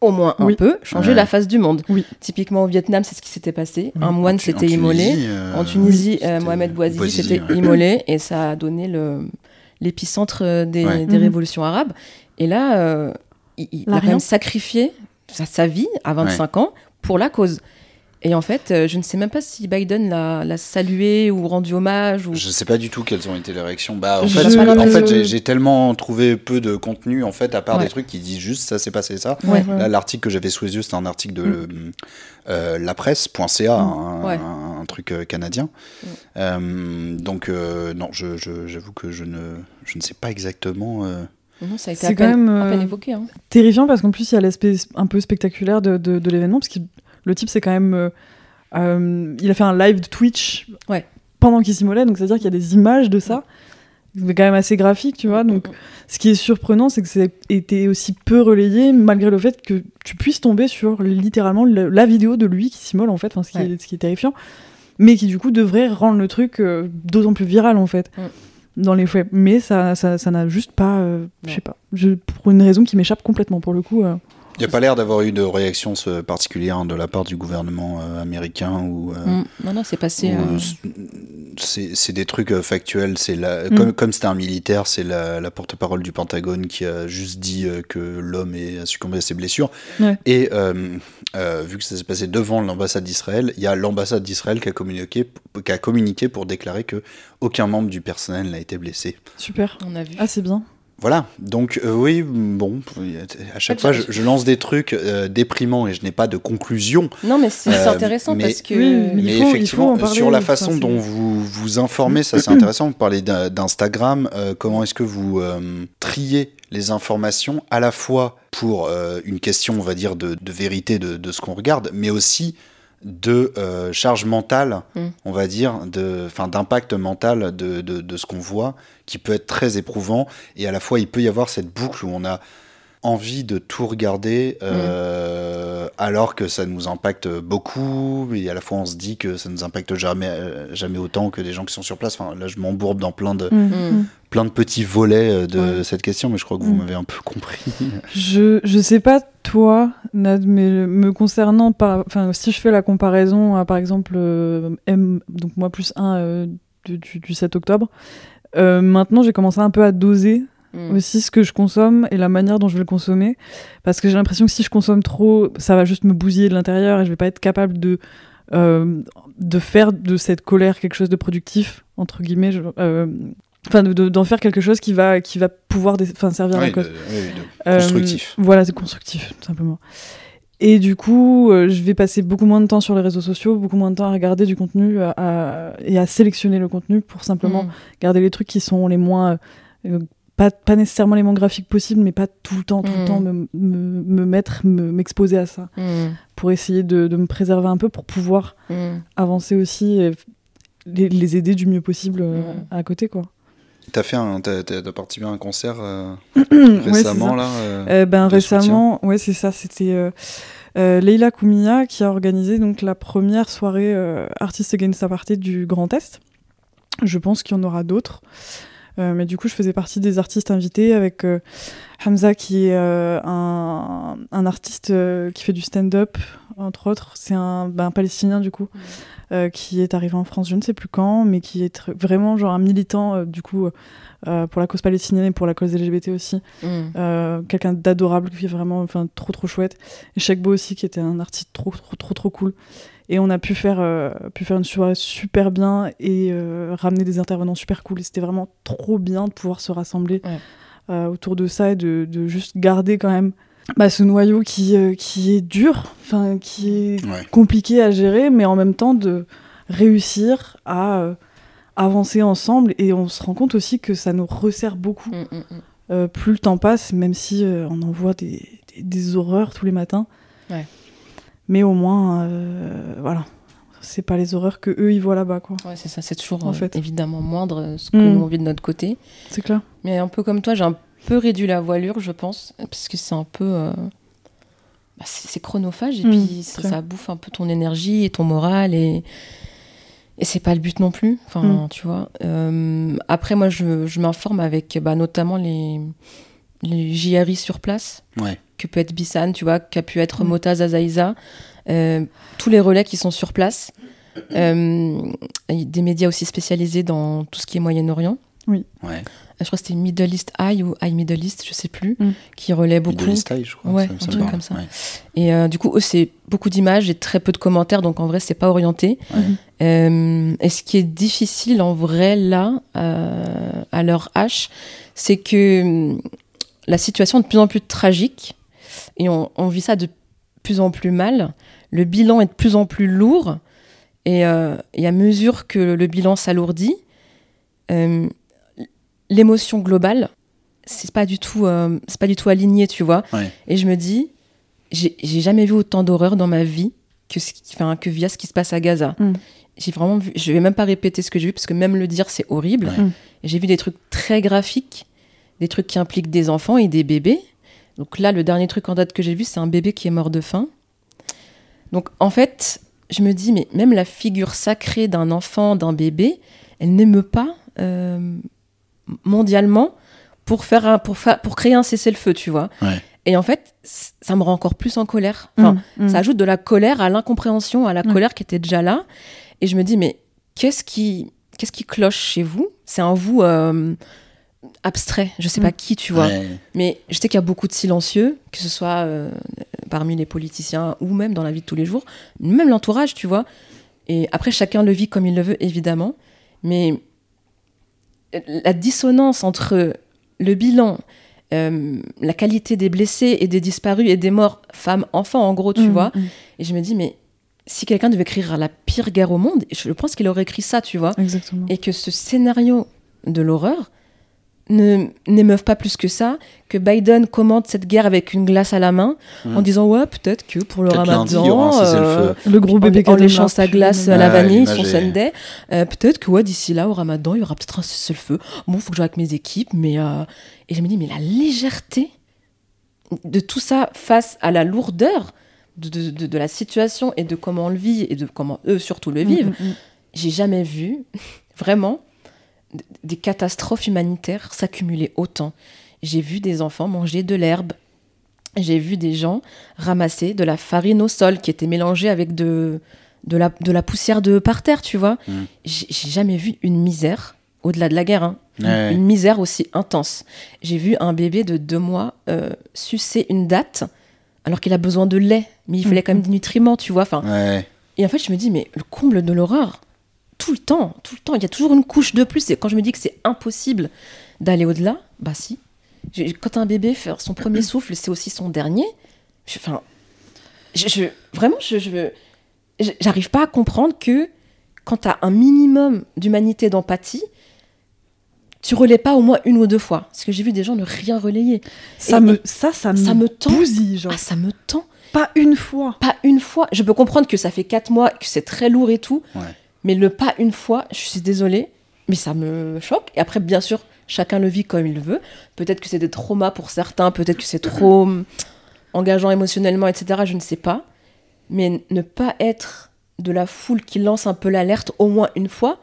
I: au moins un
H: Oui.
I: peu changer
G: Ouais. Mmh.
I: la face du monde.
H: Oui.
I: Typiquement au Vietnam, c'est ce qui s'était passé.
H: Oui.
I: Un moine s'était
G: Tunisie,
I: immolé.
G: euh,
I: En Tunisie,
G: c'était-
I: euh, Mohamed Bouazizi,
G: Bouazizi,
I: s'était
G: ouais.
I: immolé et ça a donné le- l'épicentre euh, des,
G: Ouais.
I: des
H: Mhm.
I: révolutions arabes. Et là, euh, il, il a quand
H: L'Orient.
I: même sacrifié sa, sa vie à 25 ans pour la cause. Et en fait, euh, je ne sais même pas si Biden l'a l'a salué ou rendu hommage. Ou...
G: Je sais pas du tout quelles ont été les réactions. Bah, en
H: Je-
G: fait, en
H: Je-
G: fait, j'ai- j'ai tellement trouvé peu de contenu, en fait, à part
I: Ouais.
G: des trucs qui disent juste ça s'est passé ça.
I: Ouais. Mm.
G: Là, l'article que j'avais sous les yeux, c'était un article de euh, lapresse.ca, un,
I: Ouais.
G: hein, un- un truc euh, canadien.
I: Mm.
G: Euh, donc, euh, non, je- je- j'avoue que je ne, je ne sais pas exactement. euh,
I: Non, ça a été
H: C'est
I: à
H: quand
I: peine,
H: même,
I: à peine
H: euh,
I: évoqué. hein.
H: Terrifiant parce qu'en plus, il y a l'aspect un peu spectaculaire de, de- de l'événement, parce que le type, c'est quand même. euh, euh, il a fait un live de Twitch
I: Ouais.
H: pendant qu'il s'immolait, donc c'est-à-dire qu'il y a des images de ça. C'est quand même assez graphique, tu vois. Donc, ce qui est surprenant, c'est que ça a été aussi peu relayé, malgré le fait que tu puisses tomber sur littéralement le- la vidéo de lui qui s'immole, en fait, enfin, ce, qui
I: Ouais.
H: est, ce qui est terrifiant, mais qui du coup devrait rendre le truc euh, d'autant plus viral, en fait,
I: Mm.
H: dans les faits. Mais ça ça ça n'a juste pas, euh, je
I: Non.
H: sais pas, je- pour une raison qui m'échappe complètement, pour le coup. euh.
G: Il n'y a pas l'air d'avoir eu de réaction ce- particulière de la part du gouvernement euh, américain ou. euh,
I: Mm. Non, non, c'est passé.
G: ou,
I: euh,
G: euh, c- c'est c'est des trucs euh, factuels. C'est la,
H: Mm.
G: comme comme c'était un militaire, c'est la, la porte-parole du Pentagone qui a juste dit euh, que l'homme est- a succombé à ses blessures.
H: Ouais.
G: Et euh, euh, vu que ça s'est passé devant l'ambassade d'Israël, il y a l'ambassade d'Israël qui a communiqué qui a communiqué pour déclarer que aucun membre du personnel n'a été blessé.
H: Super.
I: On a vu.
H: Ah, c'est bien.
G: Voilà. Donc euh, oui, bon, à chaque fois je, je lance des trucs euh, déprimants et je n'ai pas de conclusion.
I: non, mais c'est c'est
G: Euh,
I: intéressant
G: mais-
I: parce que. Mm.
H: Oui, oui. Il
G: Mais
H: faut- il faut
G: effectivement,
H: en parler,
G: sur la
H: enfin,
G: façon
H: c'est-
G: dont vous vous informez, ça c'est intéressant. Vous parlez d'in- d'Instagram. euh, comment est-ce que vous euh, triez les informations à la fois pour euh, une question, on va dire, de, de vérité de, de ce qu'on regarde, mais aussi de euh, charge mentale,
I: Mm.
G: on va dire, de- enfin d'impact mental de, de- de ce qu'on voit, qui peut être très éprouvant. Et à la fois, il peut y avoir cette boucle où on a envie de tout regarder euh, alors que ça nous impacte beaucoup et à la fois on se dit que ça nous impacte jamais euh, jamais autant que des gens qui sont sur place enfin là je m'embourbe dans plein de
I: Mm.
G: plein de petits volets euh, de
I: Ouais.
G: cette question mais je crois que vous
H: Mm.
G: m'avez un peu compris
H: Je, je sais pas toi, Nad, mais me concernant, par, enfin, si je fais la comparaison à par exemple euh, M, donc moi plus 1 du, du- du 7 octobre, euh, maintenant j'ai commencé un peu à doser
I: Mm.
H: aussi ce que je consomme et la manière dont je vais le consommer. Parce que j'ai l'impression que si je consomme trop, ça va juste me bousiller de l'intérieur et je vais pas être capable de, euh, de faire de cette colère quelque chose de productif, entre guillemets. je- euh, Enfin, de- de- d'en faire quelque chose qui va, qui va pouvoir dé- enfin, servir à la
G: Oui,
H: cause.
G: de- oui, de-
H: Euh,
G: Constructif.
H: voilà, c'est constructif, tout simplement. Et du coup, euh, je vais passer beaucoup moins de temps sur les réseaux sociaux, beaucoup moins de temps à regarder du contenu à- à- et à sélectionner le contenu pour simplement
I: Mm.
H: garder les trucs qui sont les moins. euh, pas, pas nécessairement les moins graphiques possibles, mais pas tout le temps, tout
I: Mm.
H: le temps me, me, me mettre, me- m'exposer à ça.
I: Mm.
H: Pour essayer de, de me préserver un peu, pour pouvoir
I: Mm.
H: avancer aussi et f- les, les aider du mieux possible euh,
I: Mm.
H: à côté, quoi.
G: t'as fait un t'as t'as- t'as participé à un concert euh,
I: Mm,
H: Ouais, c'est
G: récemment
H: ça.
G: là euh,
H: Eh ben
G: de soutien.
H: récemment, ouais c'est ça, c'était euh, euh, Leila Koumia qui a organisé donc la première soirée euh, Artist Against Apartheid du Grand Est. Je pense qu'il y en aura d'autres. Euh, mais du coup, je faisais partie des artistes invités avec euh, Hamza, qui est euh, un, un artiste euh, qui fait du stand-up, entre autres. C'est un, ben, un Palestinien, du coup, euh, qui est arrivé en France, je ne sais plus quand, mais qui est tr- vraiment genre un militant, euh, du coup, euh, pour la cause palestinienne et pour la cause LGBT aussi.
I: Mm.
H: Euh, quelqu'un d'adorable qui est vraiment enfin trop trop chouette et Shakbo aussi qui était un artiste trop trop trop trop cool et on a pu faire euh, pu faire une soirée super bien et euh, ramener des intervenants super cool et c'était vraiment trop bien de pouvoir se rassembler
I: Ouais.
H: euh, autour de ça et de, de juste garder quand même bah, ce noyau qui euh, qui est dur enfin qui est
G: ouais.
H: compliqué à gérer, mais en même temps de réussir à euh, avancer ensemble. Et on se rend compte aussi que ça nous resserre beaucoup.
I: Mm, mm, mm.
H: Euh, plus le temps passe, même si euh, on en voit des, des- des horreurs tous les matins.
I: Ouais.
H: Mais au moins, euh, voilà, c'est pas les horreurs que eux ils voient là-bas, quoi.
I: Ouais, c'est ça, c'est toujours
H: En
I: euh,
H: fait.
I: évidemment moindre euh, ce que
H: Mm.
I: nous on vit de notre côté.
H: C'est clair.
I: Mais un peu comme toi, j'ai un peu réduit la voilure, je pense, parce que c'est un peu. euh, bah, c'est c'est chronophage et
H: Mm,
I: puis ça,
H: très.
I: ça bouffe un peu ton énergie et ton moral et. Et c'est pas le but non plus,
H: Mm.
I: enfin, tu vois. Euh, après, moi, je, je m'informe avec bah, notamment les, les JRI sur place,
G: Ouais.
I: que peut être Bissan, tu vois, qu'a pu être
H: Mm.
I: Motaz Azaïza, euh, tous les relais qui sont sur place, euh, et des médias aussi spécialisés dans tout ce qui est Moyen-Orient.
G: Ouais.
I: je crois que c'était Middle East High ou High Middle East, je sais plus,
H: Mm.
I: qui relaie beaucoup.
G: Middle East Eye, je crois.
I: Ouais,
G: me
I: un truc
G: parle.
I: comme ça.
G: Ouais.
I: Et euh, du coup, eux, c'est beaucoup d'images et très peu de commentaires, donc en vrai, c'est pas orienté.
G: Ouais.
I: Euh, et ce qui est difficile en vrai, là, euh, à leur H, c'est que hum, la situation est de plus en plus tragique et on, on vit ça de plus en plus mal. Le bilan est de plus en plus lourd et, euh, et à mesure que le bilan s'alourdit, euh, l'émotion globale, c'est pas du tout, euh, c'est pas du tout aligné, tu vois.
G: Ouais.
I: Et je me dis, j'ai j'ai jamais vu autant d'horreur dans ma vie que, ce qui- enfin, que via ce qui se passe à Gaza.
H: Mm.
I: J'ai vraiment vu, je vais même pas répéter ce que j'ai vu parce que même le dire c'est horrible.
G: Ouais.
H: Mm.
I: Et J'ai vu des trucs très graphiques, des trucs qui impliquent des enfants et des bébés. Donc là, le dernier truc en date que j'ai vu, c'est un bébé qui est mort de faim. Donc en fait, je me dis, mais même la figure sacrée d'un enfant, d'un bébé, elle n'émeut pas euh, mondialement pour, faire un- pour, fa- pour créer un cessez-le-feu, tu vois.
G: Ouais.
I: Et en fait, c- ça me rend encore plus en colère. Enfin,
H: Mm, mm.
I: ça ajoute de la colère à l'incompréhension, à la
H: Mm.
I: colère qui était déjà là. Et je me dis, mais qu'est-ce qui, qu'est-ce qui cloche chez vous C'est un vous euh, abstrait, je sais
H: Mm.
I: pas qui, tu vois.
G: Ouais.
I: Mais je sais qu'il y a beaucoup de silencieux, que ce soit euh, parmi les politiciens ou même dans la vie de tous les jours, même l'entourage, tu vois. Et après, chacun le vit comme il le veut, évidemment. Mais la dissonance entre le bilan, euh, la qualité des blessés et des disparus et des morts, femmes, enfants, en gros, tu
H: Mm,
I: vois.
H: mm.
I: Et je me dis, mais si quelqu'un devait écrire la pire guerre au monde, je pense qu'il aurait écrit ça, tu vois
H: Exactement.
I: et que ce scénario de l'horreur ne n'émeuve pas plus que ça, que Biden commente cette guerre avec une glace à la main
G: Mm.
I: en disant ouais peut-être que pour le
G: Peut-être lundi, il y
I: ramadan,
G: aura un
I: euh,
G: cessez-le-feu.
H: Le gros
I: en,
H: bébé Mmh, qui
I: en
H: a des
I: léchant
H: marques,
I: sa glace euh,
H: mais-
I: à la
G: Ouais,
I: vanille,
G: l'image
I: son
G: est-
I: sundae, euh, peut-être que ouais d'ici là au ramadan il y aura peut-être un cessez-le-feu. Bon, faut que je joue avec mes équipes, mais euh, et je me dis mais la légèreté de tout ça face à la lourdeur de, de- de- de la situation et de comment on le vit et de comment eux surtout le
H: Mm,
I: vivent
H: mm, mm.
I: j'ai jamais vu <laughs> vraiment d- des catastrophes humanitaires s'accumuler autant. J'ai vu des enfants manger de l'herbe. J'ai vu des gens ramasser de la farine au sol qui était mélangée avec de, de, la, de la poussière de parterre, tu vois.
G: Mm.
I: J'ai j'ai jamais vu une misère, au-delà de la guerre, hein,
G: Ouais.
I: une misère aussi intense. J'ai vu un bébé de deux mois euh, sucer une date alors qu'il a besoin de lait, mais il fallait quand même des nutriments, tu vois. Enfin,
G: Ouais.
I: et en fait, je me dis, mais le comble de l'horreur, tout le temps, tout le temps, il y a toujours une couche de plus. Et quand je me dis que c'est impossible d'aller au-delà, bah si. Je- Quand un bébé fait son premier souffle, c'est aussi son dernier. Je- Enfin, je, je- vraiment, je, je, je- j'arrive pas à comprendre que quand t'as un minimum d'humanité, d'empathie, tu relais pas au moins une ou deux fois. Parce que j'ai vu des gens ne rien relayer.
H: Ça
I: Et-
H: me, ça, ça,
I: ça me tend.
H: bousille, genre.
I: Ah, ça me tend
H: Pas une fois.
I: pas une fois. Je peux comprendre que ça fait quatre mois, que c'est très lourd et tout,
G: Ouais.
I: mais le pas une fois, je suis désolée, mais ça me choque. Et après, bien sûr, chacun le vit comme il veut. Peut-être que c'est des traumas pour certains, peut-être que c'est trop <clears throat> hum, engageant émotionnellement, etc. Je ne sais pas. Mais n- ne pas être de la foule qui lance un peu l'alerte au moins une fois,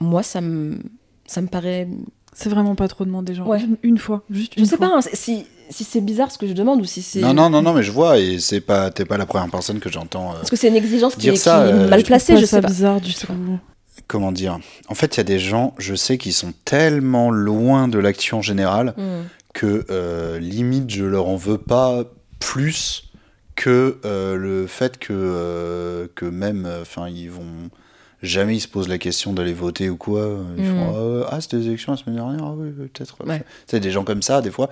I: moi, ça me, ça me paraît.
H: C'est vraiment pas trop demandé, genre.
I: Ouais.
H: Une, une fois. Juste
I: Je
H: une
I: sais
H: fois.
I: pas hein, si, si c'est bizarre ce que je demande ou si c'est.
G: Non, non, non, non, mais je vois, et c'est pas, t'es pas la première personne que j'entends. euh,
I: Parce que c'est une exigence qui,
G: Dire
I: est-
G: ça,
I: qui est
G: euh,
I: mal
G: je
I: placée, je sais
H: ça
I: pas.
H: bizarre du
I: Je sais
H: tout.
G: comment dire En fait, il y a des gens, je sais, qui sont tellement loin de l'action générale
I: Hmm.
G: que euh, limite, je leur en veux pas plus que euh, le fait que, euh, que même, enfin, ils vont. Jamais ils se posent la question d'aller voter ou quoi. Ils
I: Mm.
G: font Ah, euh, Ah, c'était les élections la semaine dernière, ah oui, oui, peut-être.
I: Ouais.
G: Tu sais, des gens comme ça, des fois,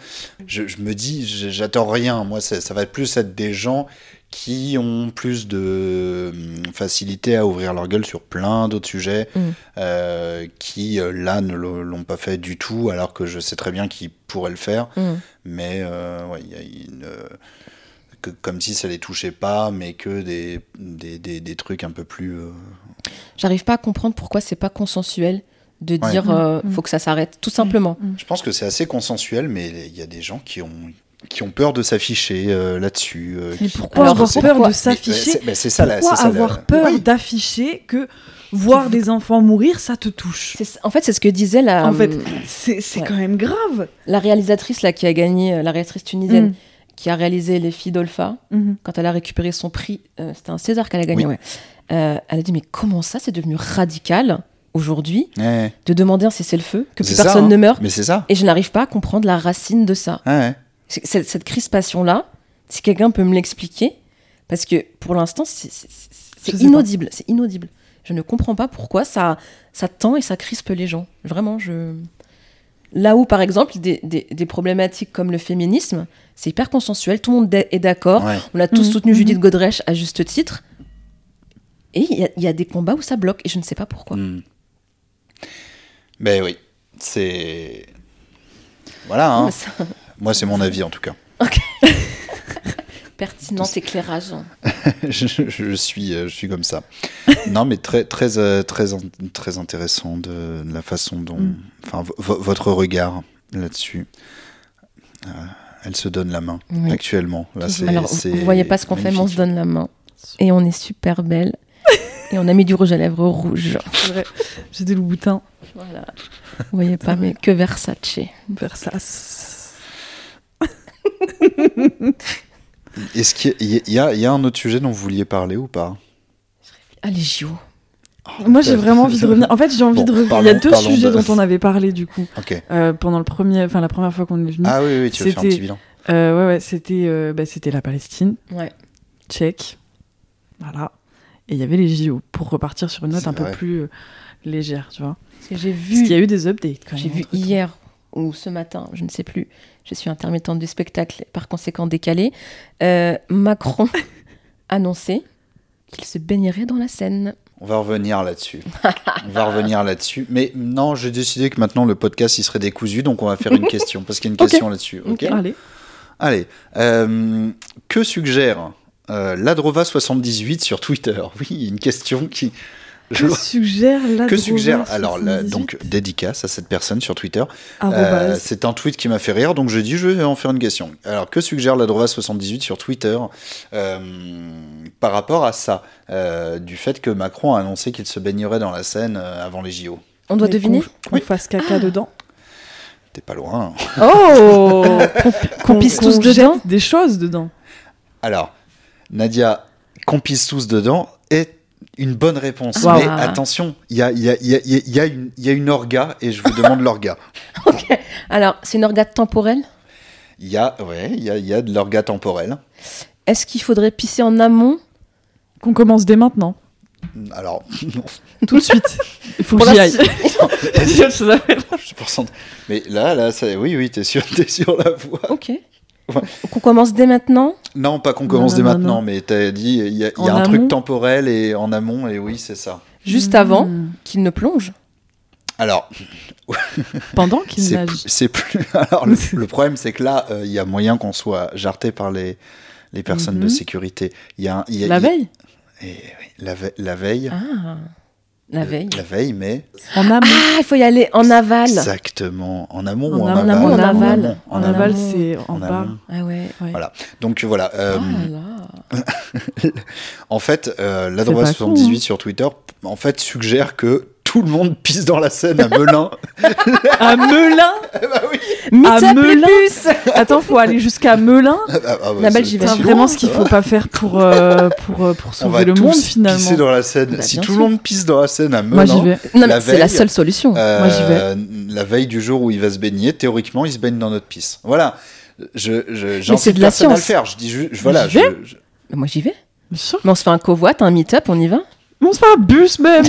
G: je, je me dis, j- j'attends rien. Moi, ça, ça va plus être des gens qui ont plus de hum, facilité à ouvrir leur gueule sur plein d'autres sujets,
I: Mm.
G: euh, qui euh, là ne l'ont l'ont pas fait du tout, alors que je sais très bien qu'ils pourraient le faire.
I: Hmm.
G: Mais euh, ouais, il y a une. euh, que- comme si ça les touchait pas, mais que des, des, des, des trucs un peu plus. euh,
I: J'arrive pas à comprendre pourquoi c'est pas consensuel de
G: Ouais.
I: dire euh,
H: Mm, mm.
I: faut que ça s'arrête, tout simplement.
G: Je pense que c'est assez consensuel, mais il y a des gens qui ont, qui ont peur de s'afficher euh, là-dessus. euh,
H: Mais
G: qui-
H: pourquoi
I: Alors,
H: avoir
G: c'est-
H: peur
I: pourquoi-
H: de
G: Mais,
H: s'afficher
G: c'est- mais c'est ça, la-
H: Pourquoi
G: c'est ça la-
H: avoir peur
G: Oui.
H: d'afficher que voir des enfants mourir, ça te touche
I: C'est- En fait, c'est ce que disait la,
H: En fait, c'est c'est
I: ouais.
H: quand même grave.
I: la réalisatrice là, qui a gagné, euh, la réalisatrice
H: Mm.
I: tunisienne, qui a réalisé Les filles d'Olpha,
H: Mhm.
I: quand elle a récupéré son prix, euh, c'était un César qu'elle a gagné,
G: Oui.
I: ouais. Euh, elle a dit Mais comment ça, c'est devenu radical aujourd'hui
G: Ouais,
I: de demander un cessez-le-feu, que plus
G: c'est ça,
I: personne
G: hein.
I: ne meure.
G: Mais c'est ça.
I: Et je n'arrive pas à comprendre la racine de ça.
G: Ouais, ouais.
I: C'est- Cette, cette crispation-là, si quelqu'un peut me l'expliquer, parce que pour l'instant, c'est- c'est c'est
H: Je sais pas.
I: inaudible. C'est inaudible. Je ne comprends pas pourquoi ça, ça tend et ça crispe les gens. Vraiment, je. Là où, par exemple, des, des- des problématiques comme le féminisme, c'est hyper consensuel, tout le monde est d'accord.
G: Ouais.
I: On a tous
H: Mhm.
I: soutenu
H: Mhm.
I: Judith Godrèche à juste titre. Et il y, a- il y a des combats où ça bloque, et je ne sais pas pourquoi.
G: Hmm. Ben oui, c'est. Voilà, hein.
I: <laughs> Mais ça-
G: moi c'est mon avis en tout
I: <laughs>
G: cas.
I: Pertinent éclairage.
G: je, je suis, euh, je suis comme ça. non, mais très, très, euh, très, in- très intéressant de, de la façon dont.
H: Mm.
G: Enfin, vo- vo- votre regard là-dessus. Euh, elle se donne la main
I: Oui.
G: actuellement. Là, Bah, c'est-
I: Alors, vous-
G: c'est
I: vous voyez pas ce qu'on fait, mais on se
G: magnifique.
I: donne la main. Et on est super belle. et on a mis du rouge à lèvres rouge.
H: C'est vrai. J'ai des loups-boutins.
I: Voilà. Vous voyez pas, mais que Versace.
H: Versace.
G: Est-ce qu'il y, a- il y a- il y a un autre sujet dont vous vouliez parler ou pas
I: Ah, les JO. Oh,
H: Moi,
I: bah,
H: j'ai vraiment envie de revenir. En fait, j'ai envie
G: Bon,
H: de revenir. Il y a
G: parlons-
H: deux
G: parlons
H: sujets
G: de-
H: dont on avait parlé, du coup,
G: Ok.
I: Mm.
H: euh, pendant le premier, enfin, la première fois qu'on est venu.
G: Ah oui, oui, tu veux faire un
H: C'était-
G: petit bilan.
H: Euh, ouais, ouais, c'était euh, bah, c'était la Palestine,
I: Ouais.
H: tchèque. Voilà. Et il y avait les JO, pour repartir sur une note
G: C'est
H: un peu
G: vrai.
H: plus euh, légère, tu vois.
I: Parce que j'ai
H: Parce qu'il y a
I: vu,
H: eu des updates quand même.
I: j'ai vu
H: entre-temps.
I: hier ou ce matin, je ne sais plus. Je suis intermittente du spectacle, par conséquent décalée. euh, Macron <laughs> annonçait qu'il se baignerait dans la Seine.
G: On va revenir
I: <laughs>
G: là-dessus. on va revenir là-dessus. Mais non, j'ai décidé que maintenant le podcast il serait décousu, donc on va faire une question parce qu'il y a une
H: Ok.
G: question là-dessus. Ok.
H: Allez.
G: Allez, euh, que suggère euh, Ladrova78 sur Twitter <laughs> Oui, une question qui. je-
H: Que suggère la
G: Que suggère Alors, la- donc, dédicace à cette personne sur Twitter. Euh, c'est un tweet qui m'a fait rire, donc j'ai dit je vais en faire une question. Alors, que suggère la Drova78 sur Twitter euh, par rapport à ça euh, Du fait que Macron a annoncé qu'il se baignerait dans la Seine euh, avant les JO.
I: On doit deviner Ah.
H: Qu'on
G: Oui.
H: fasse caca dedans.
G: T'es pas loin. hein.
H: Oh
I: Qu'on pisse tous dedans
H: Des choses dedans.
G: Alors, Nadia, qu'on pisse tous dedans est une bonne réponse.
I: Wow.
G: Mais attention, il y a, il y, a, il y, a, il y a- il y a une- il y a une orga et je vous demande l'orga. <laughs>
I: Alors, c'est une organe temporelle
G: Il y a, ouais, il y a, il y a de l'orga temporelle.
I: Est-ce qu'il faudrait pisser en <laughs> amont
H: Qu'on commence dès maintenant.
G: Alors, <laughs> non.
H: Tout de suite. Il faut
I: Pour
H: que j'y
I: la-
H: aille. J'ai autre chose à <laughs> faire.
G: Je pourcent- Mais là, là, ça, oui, oui, t'es sur, t'es sur la voie.
I: Ok. Qu'on commence dès maintenant
G: Non, pas qu'on
H: Non,
G: commence
H: non,
G: dès
H: non,
G: maintenant,
H: non.
G: mais t'as dit, il y a, il y a
H: En
G: un truc
H: amont.
G: temporel et en amont, et oui, c'est ça.
I: Juste avant
H: Hmm.
I: qu'il ne plonge.
G: Alors,
H: Pendant qu'il
G: c'est
H: nage.
G: plus, c'est plus- <laughs> Alors, le, le problème, c'est que là, euh, il y a moyen qu'on soit jarté par les, les personnes de
H: Mhm.
G: sécurité. Il y a, un- il y a-
H: La
G: il y a-
H: veille
G: eh oui, la, ve- la veille.
I: Ah, la veille.
G: La veille, mais
H: En amont.
I: Ah, il faut y aller en aval.
G: exactement en amont ou en,
H: Ah, amont,
G: aval.
I: en
G: amont,
I: aval.
G: en
H: En
G: amont.
H: aval,
I: amont.
H: c'est en
G: En
H: bas.
G: amont.
I: Ah ouais. ouais.
G: Voilà. Donc voilà. euh,
I: Ah là.
G: En fait, euh,
H: C'est pas con,
G: l'adresse78
H: hein.
G: sur Twitter en fait, suggère que tout le monde pisse dans la Seine à
H: <laughs>
G: Melun. <laughs>
H: À Melun
G: bah oui
I: Meet
H: À
I: up les
H: Melun.
I: puces
H: Attends, faut aller jusqu'à Melun.
G: Ah bah, ah bah,
I: La belle
G: c'est-
I: j'y vais.
H: C'est
I: sûr.
H: vraiment ce qu'il faut pas faire pour, euh, pour, euh, pour
G: On va
H: sauver le
G: tous
H: monde
G: pisser
H: finalement.
G: dans la Seine.
I: Bah,
G: si
I: bien
G: tout le
I: sûr.
G: monde pisse dans la Seine à
H: Moi
G: Melun,
H: j'y vais.
I: Non, mais
G: La
I: c'est la
G: veille.
I: seule solution.
G: euh,
H: Moi, j'y
G: la veille du jour où il va se baigner, théoriquement, il se baigne dans notre pisse. Voilà. Je, je,
I: c'est
G: j'incite
I: de la
G: personne à le
I: science.
G: faire. Je dis juste, je- voilà.
H: J'y vais.
G: je- je-
I: Mais moi, j'y vais.
H: Mais sûr.
I: Mais on se fait un covoit, un meet-up, on y va.
H: Mais on se fait un bus même.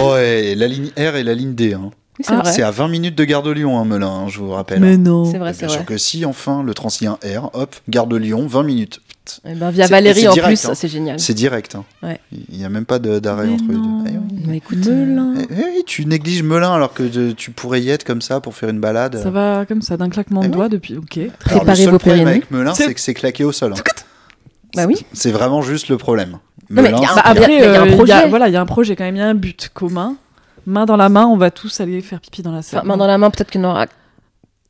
G: Oh, et la ligne R et la ligne D. hein.
I: Oui, c'est
H: Ah,
I: vrai.
G: C'est à 20 minutes de Gare de Lyon, hein, Melun, hein, je vous rappelle.
H: Mais non.
I: C'est vrai, c'est
G: Bien sûr
I: vrai.
G: que si, enfin, le Transilien R, hop, Gare de Lyon, 20 minutes.
I: Eh ben, via
G: C'est-
I: Valérie
G: c'est
I: en
G: direct,
I: plus,
G: hein.
I: c'est génial.
G: C'est direct. hein.
I: Ouais.
G: Il n'y a même pas de- d'arrêt
H: Mais
G: entre
H: non.
G: les deux. Eh oui.
I: Bah, écoute,
H: Melun.
G: Eh, eh oui, tu négliges Melun alors que de- tu pourrais y être comme ça pour faire une balade.
H: Ça va comme ça, d'un claquement de
G: Eh
H: doigts depuis. Ok.
G: Alors, le
I: Préparez
G: seul
I: vos
G: problème
I: périnées.
G: avec Melun,
H: C'est-
G: c'est que c'est claqué au sol. hein.
I: Bah oui.
G: C'est vraiment juste le problème.
I: Non, mais
G: Melun,
I: il y a
G: c'est-
I: un
H: Bah,
I: Il
H: après,
I: il y a un
H: euh, il y a-
I: projet.
H: voilà, il y a un projet quand même, il y a un but commun. Main dans la main, on va tous aller faire pipi dans la salle.
I: Enfin, main dans la main, peut-être qu'il y en aura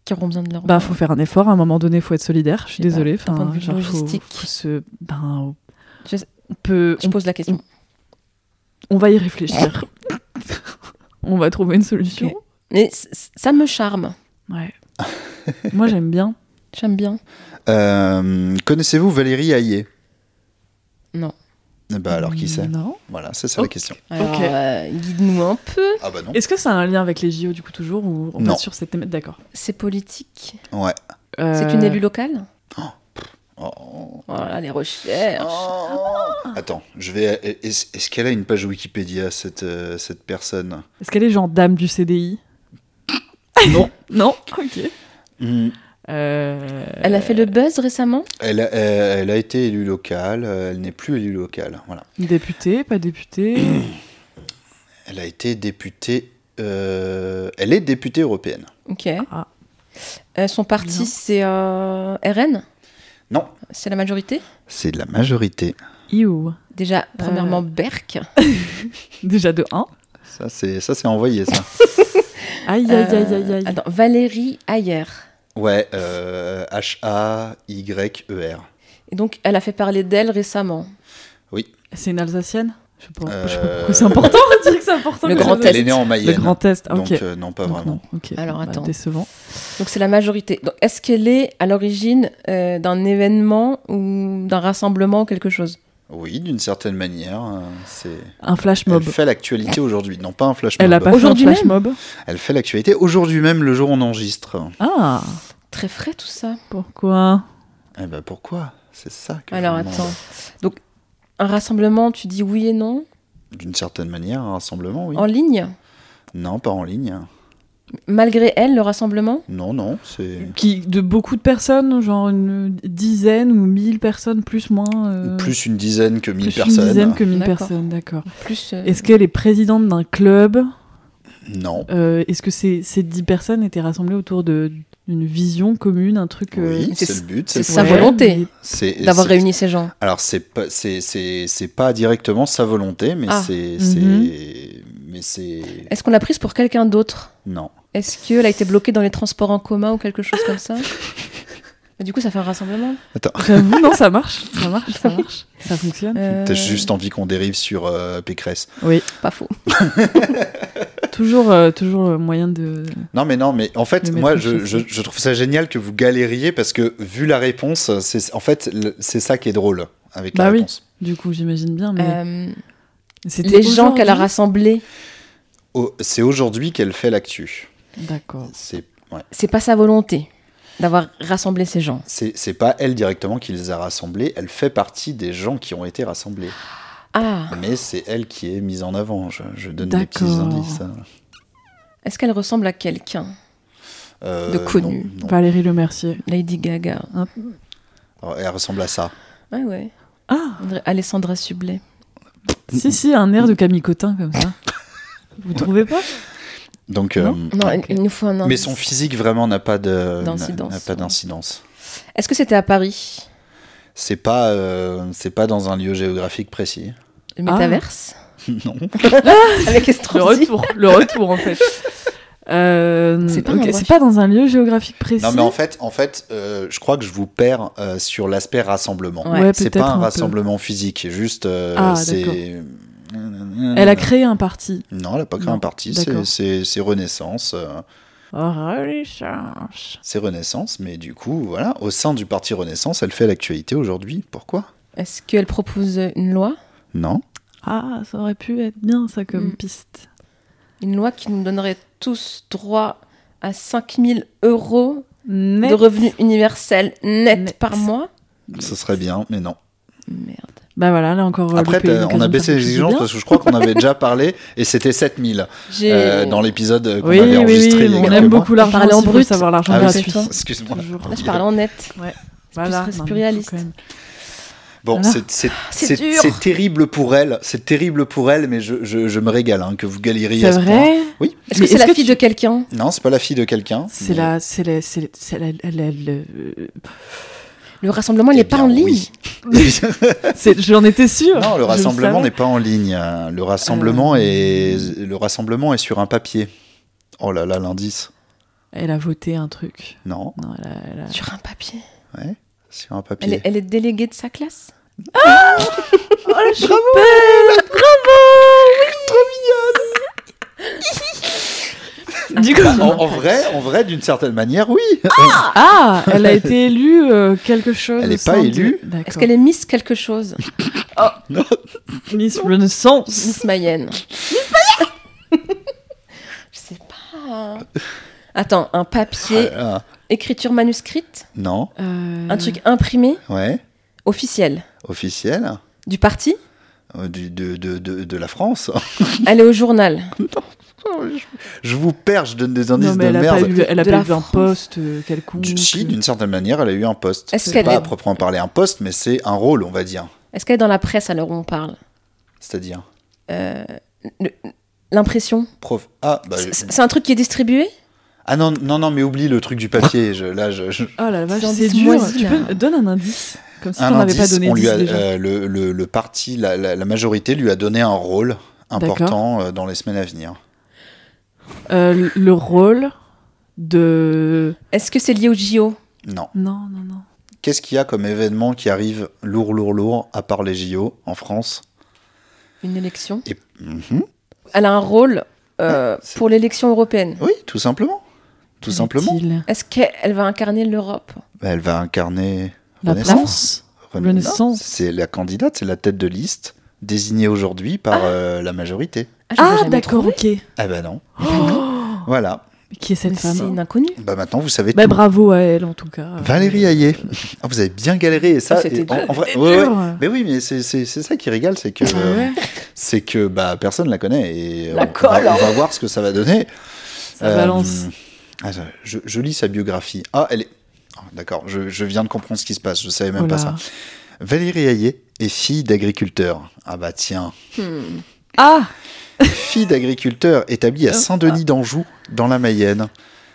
I: qui auront besoin de leur.
H: Bah, faut faire un effort, à un moment donné, faut être solidaire. Je suis
I: Je sais
H: désolée.
I: pas, Eh ben, d'un
H: Enfin,
I: point de vue
H: genre, faut-
I: logistique.
H: faut se- ben,
I: Je sais-
H: on peut,
I: Je pose la question.
H: on va
I: <laughs>
H: y réfléchir. on va trouver une solution.
I: Ok. Mais c- c- ça me charme. <laughs>
H: Ouais. Moi, j'aime bien.
I: J'aime bien.
G: Euh, Connaissez-vous Valérie Hayé
I: Non. Hmm.
G: Eh ben, alors, qui c'est
H: Non.
G: Voilà, c'est ça
H: Oh.
G: la question.
I: Alors,
H: Ok.
I: euh, guide-nous un peu.
G: Ah bah non.
H: Est-ce que ça a un lien avec les JO du coup toujours ou on
G: Non.
H: est sur cette thématique D'accord.
I: C'est politique.
G: Ouais.
I: C'est
H: Euh,
I: une élue locale
G: Oh.
I: Voilà, les recherches.
G: Attends, je vais. Est-ce est-ce qu'elle a une page Wikipédia, cette, euh, cette personne
H: Est-ce qu'elle est genre dame du CDI
G: Non.
H: <laughs> Non. Ok.
G: Hmm.
H: Euh,
I: Elle a fait le buzz récemment
G: Elle, a- elle- elle a été élue locale, euh, elle n'est plus élue locale. Voilà.
H: Députée, pas députée.
G: <coughs> Elle a été députée. euh, elle est députée européenne.
I: Ok.
H: Ah.
I: Euh, son
H: Bien.
I: parti, c'est euh, RN
G: Non,
I: C'est la majorité
G: c'est de la majorité.
H: Iou.
I: Déjà, premièrement, Berck.
H: Déjà de 1.
G: Ça, c'est ça, c'est envoyé, ça.
H: Aïe, aïe,
I: Euh,
H: aïe, aïe, aïe.
I: Attends, Valérie Ayer.
G: Ouais, euh, H-A-Y-E-R.
I: Et donc, elle a fait parler d'elle récemment.
H: C'est une Alsacienne Je sais pas, je sais pas
G: Euh,
H: pourquoi c'est important. On dirait que c'est important.
I: Le
H: mais
I: Grand
H: je-
G: Elle est
I: Est.
G: née en Mayenne.
H: Le Grand Test. ah, Ok.
G: Donc, euh, non, pas
H: Donc
G: vraiment.
H: non, ok.
I: Alors,
H: Bah,
I: attends.
H: décevant.
I: Donc, c'est la majorité. Donc, est-ce qu'elle est à l'origine euh, d'un événement ou d'un rassemblement ou quelque chose
G: Oui, d'une certaine manière. euh, C'est...
H: Un flash
G: Elle
H: mob.
G: fait l'actualité aujourd'hui. Non, pas un flash
H: bah. Elle a
G: mob.
H: pas fait un
I: Aujourd'hui
H: flash
I: même
H: mob.
G: Elle fait l'actualité aujourd'hui même, le jour où on enregistre.
H: Ah,
I: Très frais, tout ça.
H: pourquoi
G: Eh ben pourquoi C'est ça que je
I: Alors,
G: me demande.
I: attends. Donc, un rassemblement, tu dis oui et non
G: D'une certaine manière, un rassemblement, oui.
I: En ligne
G: Non, pas en ligne.
I: Malgré elle, le rassemblement
G: Non, non, c'est
H: qui, De beaucoup de personnes, genre une dizaine ou mille personnes, plus moins. euh,
G: plus une dizaine que mille
H: plus
G: personnes.
H: Une dizaine que mille
I: D'accord.
H: personnes, d'accord.
I: Plus. euh,
H: Est-ce qu'elle est présidente d'un club
G: Non.
H: Euh, Est-ce que ces, ces dix personnes étaient rassemblées autour de- d'une vision commune, un truc. euh,
G: Oui,
I: Mais
G: c'est
I: c'est-
G: le but.
I: c'est
G: le
I: sa
G: projet.
I: volonté
G: C'est-
I: d'avoir
G: c'est-
I: réuni ces gens
G: Alors c'est pas c'est c'est c'est pas directement sa volonté, mais
I: Ah.
G: c'est c'est
H: Mhm.
G: mais c'est
I: Est-ce qu'on l'a prise pour quelqu'un d'autre
G: non.
I: Est-ce qu'elle a été bloquée dans les transports en commun ou quelque chose comme
H: <laughs>
I: ça Mais Du coup, ça fait un rassemblement.
H: J'avoue, non, ça marche, ça marche,
I: <laughs>
H: ça marche, ça fonctionne.
I: Euh,
G: T'as juste envie qu'on dérive sur euh, Pécresse.
I: Pas faux.
H: Toujours, euh, toujours euh, moyen de.
G: Non mais non mais en fait
H: Le
G: moi
H: mettre en
G: je, je,
H: chaussée.
G: je trouve ça génial que vous galériez parce que vu la réponse c'est en fait le- c'est ça qui est drôle avec
H: Bah
G: la
H: oui.
G: réponse.
H: Du coup, j'imagine bien, mais
I: Euh,
H: c'était
I: les gens qu'elle a
H: aujourd'hui
I: rassemblés,
G: Oh, c'est aujourd'hui qu'elle fait l'actu.
H: D'accord.
G: C'est ouais.
I: c'est pas sa volonté d'avoir rassemblé ces gens.
G: C'est c'est pas elle directement qui les a rassemblés, elle fait partie des gens qui ont été rassemblés.
I: Ah,
G: Mais c'est elle qui est mise en avant, je, je donne des petits
H: D'accord.
G: indices. hein.
I: est-ce qu'elle ressemble à quelqu'un
G: Euh,
I: De connu.
G: non, non.
H: Valérie Le Mercier.
I: Lady Gaga.
G: Alors, elle ressemble à ça.
I: Ouais, ouais.
H: Ah,
I: On dirait Alessandra Sublet.
G: Mm.
H: si, si, un air de Camille Cotin
G: <laughs>
H: comme ça. Vous trouvez pas
G: Donc, euh,
I: Non,
H: Ok.
I: il il nous faut un
G: mais
I: indice.
G: son physique vraiment n'a pas de
I: D'incidence,
G: n'a pas
I: ouais.
G: d'incidence.
I: Est-ce que c'était à Paris
G: C'est pas euh, c'est pas dans un lieu géographique précis.
I: Le
H: Ah. <laughs>
I: métaverse
G: non.
I: <laughs> Avec Estrosi
H: Le retour, le retour en
I: <laughs>
H: fait. Euh,
I: C'est pas un
H: ok,
I: endroit-
H: c'est pas dans un lieu géographique précis.
G: Non mais en fait en fait euh, je crois que je vous perds euh, sur l'aspect rassemblement.
I: Ouais,
H: Ouais,
G: c'est
H: peut-être
G: pas un,
H: peu.
G: rassemblement physique, juste euh,
H: Ah,
G: c'est
H: Elle a créé un parti.
G: Non, elle a pas créé
H: Non,
G: un parti, c'est-
H: d'accord.
G: c'est c'est Renaissance. euh,
H: Recherche.
G: c'est Renaissance, mais du coup, voilà, au sein du parti Renaissance, elle fait l'actualité aujourd'hui. Pourquoi
I: Est-ce qu'elle propose une loi
G: Non
H: Ah, ça aurait pu être bien ça comme
I: Mm.
H: piste.
I: Une loi qui nous donnerait tous droit à 5000 euros
H: Net.
I: de revenus universels net,
H: Net.
I: par mois
G: Ce serait bien, mais non.
I: Merde.
H: Bah voilà, là encore. euh,
G: Après,
H: loupé une
G: t'as- on
H: occasion
G: a
H: de
G: baissé
H: faire
G: les
H: quelque chose de
G: exigences
H: bien.
G: parce que je crois qu'on avait déjà parlé et c'était 7000
I: J'ai
G: euh, dans l'épisode qu'on
H: Oui,
G: avait
H: oui,
G: enregistré.
H: oui,
G: il y a
H: on
G: quelques
H: aime
G: mois.
H: beaucoup l'argent.
I: parlait en
H: si
I: brut.
H: vous voulez savoir l'argent
G: Ah oui,
H: gratuit.
I: toi.
G: excuse-moi.
H: Toujours.
I: Là, je parle en net. plus-
H: Voilà,
I: c'est
H: non, mais
I: plus
H: il faut
I: réaliste.
H: quand même.
G: Bon,
H: Voilà.
G: c'est- c'est-
I: C'est
G: c'est
I: dur.
G: c'est terrible pour elle, c'est terrible pour elle, mais je, je- je me régale hein, que vous galériez
H: C'est
G: à ce point.
H: vrai.
G: Oui.
I: Est-ce
H: Mais
I: que c'est
H: est-ce
I: la
H: que
I: fille
H: tu-
I: de quelqu'un
G: Non, c'est pas la fille de quelqu'un.
H: C'est
G: mais-
H: la, c'est la, c'est la- c'est la, la- la- <laughs> le-
I: Le rassemblement, il
G: Eh
I: n'est pas
G: bien,
I: en ligne.
G: oui.
H: c'est- j'en étais
G: <laughs>
H: sûre.
G: non, le
H: je
G: rassemblement
H: savais. Euh.
G: n'est pas en ligne. hein. Le rassemblement est le rassemblement est sur un papier. Oh là là, l'indice.
H: Elle a voté un truc.
G: Non,
H: Non, elle a- elle a-
I: Sur un papier.
G: ouais, sur un papier.
I: Elle est, elle est déléguée de sa classe
H: Oh, <laughs> <laughs> Du coup-
G: Bah, En, en vrai, en vrai, d'une certaine manière, oui. <laughs>
H: ah, elle a été élue euh, quelque chose.
G: Elle
H: au
G: est pas
H: sein
G: élue.
H: de- D'accord.
I: Est-ce qu'elle est Miss quelque chose
H: Miss Renaissance.
G: <laughs>
I: Miss Mayenne. Je sais pas. Attends, un papier,
G: Ah, là, là.
I: écriture manuscrite,
G: non,
H: Euh,
I: un truc imprimé,
G: ouais,
I: officiel,
G: officiel,
I: du parti,
G: euh, du- de, de, de, de la France. <laughs>
I: aller au journal.
G: Je vous perds, je donne des indices
H: Non, mais elle
G: de
H: a pas
G: merde.
H: eu, elle a
I: De
H: pas
I: la
H: eu un
I: France.
H: poste euh, quelconque.
G: Du- si, d'une certaine manière, elle a eu un poste.
I: Est-ce
G: C'est
I: qu'elle
G: pas
I: est-
G: à proprement parler un poste, mais c'est un rôle, on va dire.
I: Est-ce qu'elle est dans la presse à l'heure où on parle
G: C'est-à-dire
I: Euh, le- L'impression
G: prof. Ah, bah, je-
I: C'est c'est un truc qui est distribué
G: ah non, non, non, mais oublie le truc du papier. je- là, je, je-
H: Ah la vache,
I: C'est un
H: c'est
I: indice
H: dur.
I: moisi,
H: Tu
I: là.
H: peux donne un indice comme si
G: un
H: t'en avais pas
G: indice,
H: donné
G: on lui
H: 10
G: a,
H: déjà.
G: euh, le, le- le parti, la, la- la majorité lui a donné un rôle important euh, dans les semaines à venir.
H: Euh, le rôle de
I: Est-ce que c'est lié au JO
G: Non.
H: non non non.
G: Qu'est-ce qu'il y a comme événement qui arrive lourd, lourd, lourd, à part les JO en France
I: Une élection
G: Et- Mhm.
I: Elle a un rôle euh,
G: c'est-
I: pour l'élection européenne.
G: Oui, tout simplement. Tout simplement.
H: Dit-il.
I: Est-ce qu'elle va incarner l'Europe
G: Bah, Elle va incarner
H: La
G: Renaissance.
H: France.
G: Rena-
H: Renaissance.
G: Non, C'est la candidate, c'est la tête de liste désignée aujourd'hui par euh, la majorité.
I: je l'aurais
H: Ah
I: jamais
H: d'accord,
I: trouvé.
H: ok.
G: Ah ben non.
H: Oh,
G: Voilà.
H: mais qui est cette
I: Mais C'est
H: femme
I: une inconnue.
G: Bah maintenant vous savez
H: Bah
G: tout.
H: bravo à elle en tout cas. Euh,
G: Valérie Hayé. Ah, vous avez bien galéré et ça.
I: Ah, c'était
G: et en-
I: dur,
G: en vrai-
H: C'est
G: ouais, ouais.
H: dur.
G: Mais oui, mais c'est c'est- c'est ça qui régale, c'est que
H: Ah
G: euh,
H: ouais.
G: c'est que bah personne la connaît et on, on
I: D'accord,
G: va, on
I: alors.
G: va voir ce que ça va donner.
H: Ça
G: euh,
H: balance.
G: attends, je, je lis sa biographie. Ah, elle est. Ah, D'accord, je, je viens de comprendre ce qui se passe. Je savais même
H: Oh
G: pas
H: là.
G: ça. Valérie Hayé est fille d'agriculteur. Ah bah tiens.
I: Hmm.
H: Ah
G: fille d'agriculteur établie
H: Oh,
G: à Saint-Denis d'Anjou, dans la Mayenne.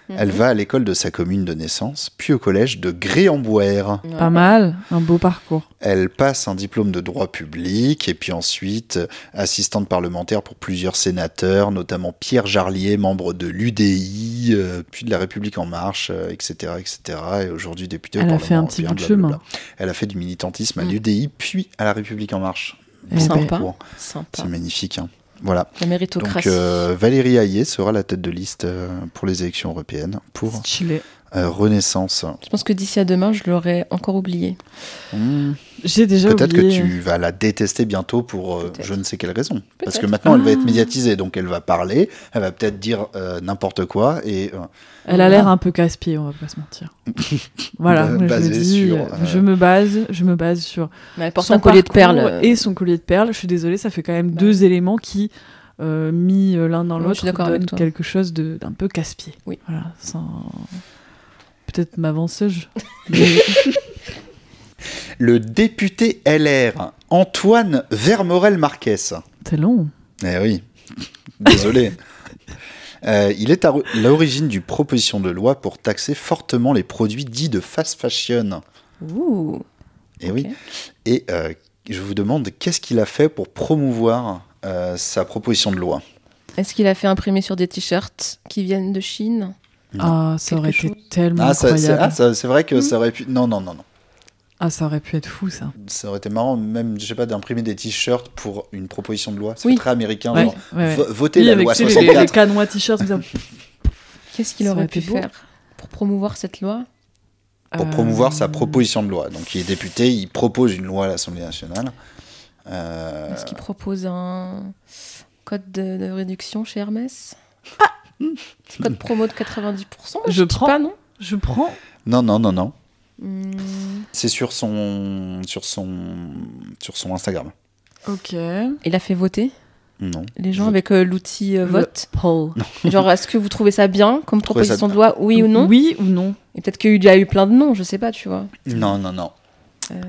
H: Mhm.
G: Elle va à l'école de sa commune de naissance, puis au collège de Gréambouère.
H: pas mal, un beau parcours.
G: Elle passe un diplôme de droit public et puis ensuite euh, assistante parlementaire pour plusieurs sénateurs, notamment Pierre Jarlier, membre de l'UDI, euh, puis de la République en marche, euh, etc., etc. Et aujourd'hui députée au
H: Elle a
G: Parlement
H: fait un petit
G: européen,
H: bout de chemin. Mhm.
G: blablabla. Elle a fait du militantisme à
I: Mm.
G: l'UDI, puis à la République en marche.
H: Eh
G: Bon
I: ben.
G: parcours.
I: Sympa.
G: C'est magnifique. hein. Voilà.
I: La
G: Donc
I: méritocratie.
G: euh, Valérie Hayé sera la tête de liste euh, pour les élections européennes pour
H: Stylé.
G: euh, Renaissance.
I: Je pense que d'ici à demain, je l'aurais encore oublié.
G: Hmm.
H: J'ai déjà
G: Peut-être que
H: oublié.
G: tu vas la détester bientôt pour euh,
I: Peut-être.
G: je ne sais quelle raison. Parce que
I: Peut-être.
G: maintenant elle va être
H: Ah.
G: médiatisée, donc elle va parler, elle va peut-être dire euh, n'importe quoi et euh,
H: Elle a l'air un peu casse-pied, on va pas
G: <laughs>
H: se mentir. voilà,
G: Bah,
H: moi, je me
G: basée
H: dis,
G: sur,
H: euh,
G: euh,
H: je me base, je me base sur
I: Mais elle porte
H: son
I: un collier de
H: parcours
I: perles. euh.
H: et son collier de perles. Je suis désolée, ça fait quand même
I: Bah.
H: deux éléments qui euh, mis euh, l'un dans
I: Ouais, je
H: l'autre
I: suis d'accord avec
H: donnent
I: toi.
H: quelque chose de- d'un peu casse-pied.
I: Oui.
H: Voilà, sans
I: <laughs>
H: peut-être m'avanceuse. Mais-
G: le député LR Antoine Vermorel Marquès.
H: C'est long.
G: Eh oui, <laughs> désolé. Euh, il est à ro- l'origine d'une proposition de loi pour taxer fortement les produits dits de fast fashion.
I: Ouh.
G: Eh oui.
I: Ok.
G: Et euh, je vous demande, qu'est-ce qu'il a fait pour promouvoir euh, sa proposition de loi
I: Est-ce qu'il a fait imprimer sur des t-shirts qui viennent de Chine
G: Non.
H: Ah, ça
I: Quelque
H: aurait été tellement
G: Ah, ça-
H: incroyable. Hmm.
G: c'est ah, ça- c'est vrai que
I: Mhm.
G: ça aurait pu. Non, non, non, non.
H: ah, ça aurait pu être fou, ça.
G: Ça aurait été marrant, même, je sais pas, d'imprimer des t-shirts pour une proposition de loi. C'est
I: Oui.
G: très américain.
H: Ouais,
G: genre,
H: ouais, ouais.
G: vo- Voter
H: Oui,
G: la
H: avec
G: loi
H: tu sais, les- les,
G: 64.
H: canons à t-shirt, comme ça.
I: Qu'est-ce qu'il
H: Ça
I: aurait
H: aurait
I: pu
H: été beau.
I: faire pour promouvoir cette loi
G: Pour
H: Euh,
G: promouvoir sa proposition de loi. Donc, il est député, il propose une loi à l'Assemblée nationale. Euh,
I: Est-ce qu'il propose un code de, de réduction chez Hermès Ah. Petit Code promo de 90%
H: Je
I: dis
H: prends.
I: pas, non
H: Je prends.
G: Non, non, non, non.
I: Hmm.
G: C'est sur son, sur son, sur son Instagram.
H: Ok.
I: Il a fait voter
G: Non.
I: les gens avec euh, l'outil euh, vote.
H: Paul.
I: <laughs> Genre, est-ce que vous trouvez ça bien comme
G: Trouvez ça
I: proposition de loi Oui ou non
H: Oui ou non
I: Et peut-être qu'il y a eu plein de noms, je sais pas, tu vois.
G: Non, non, non.
I: Euh,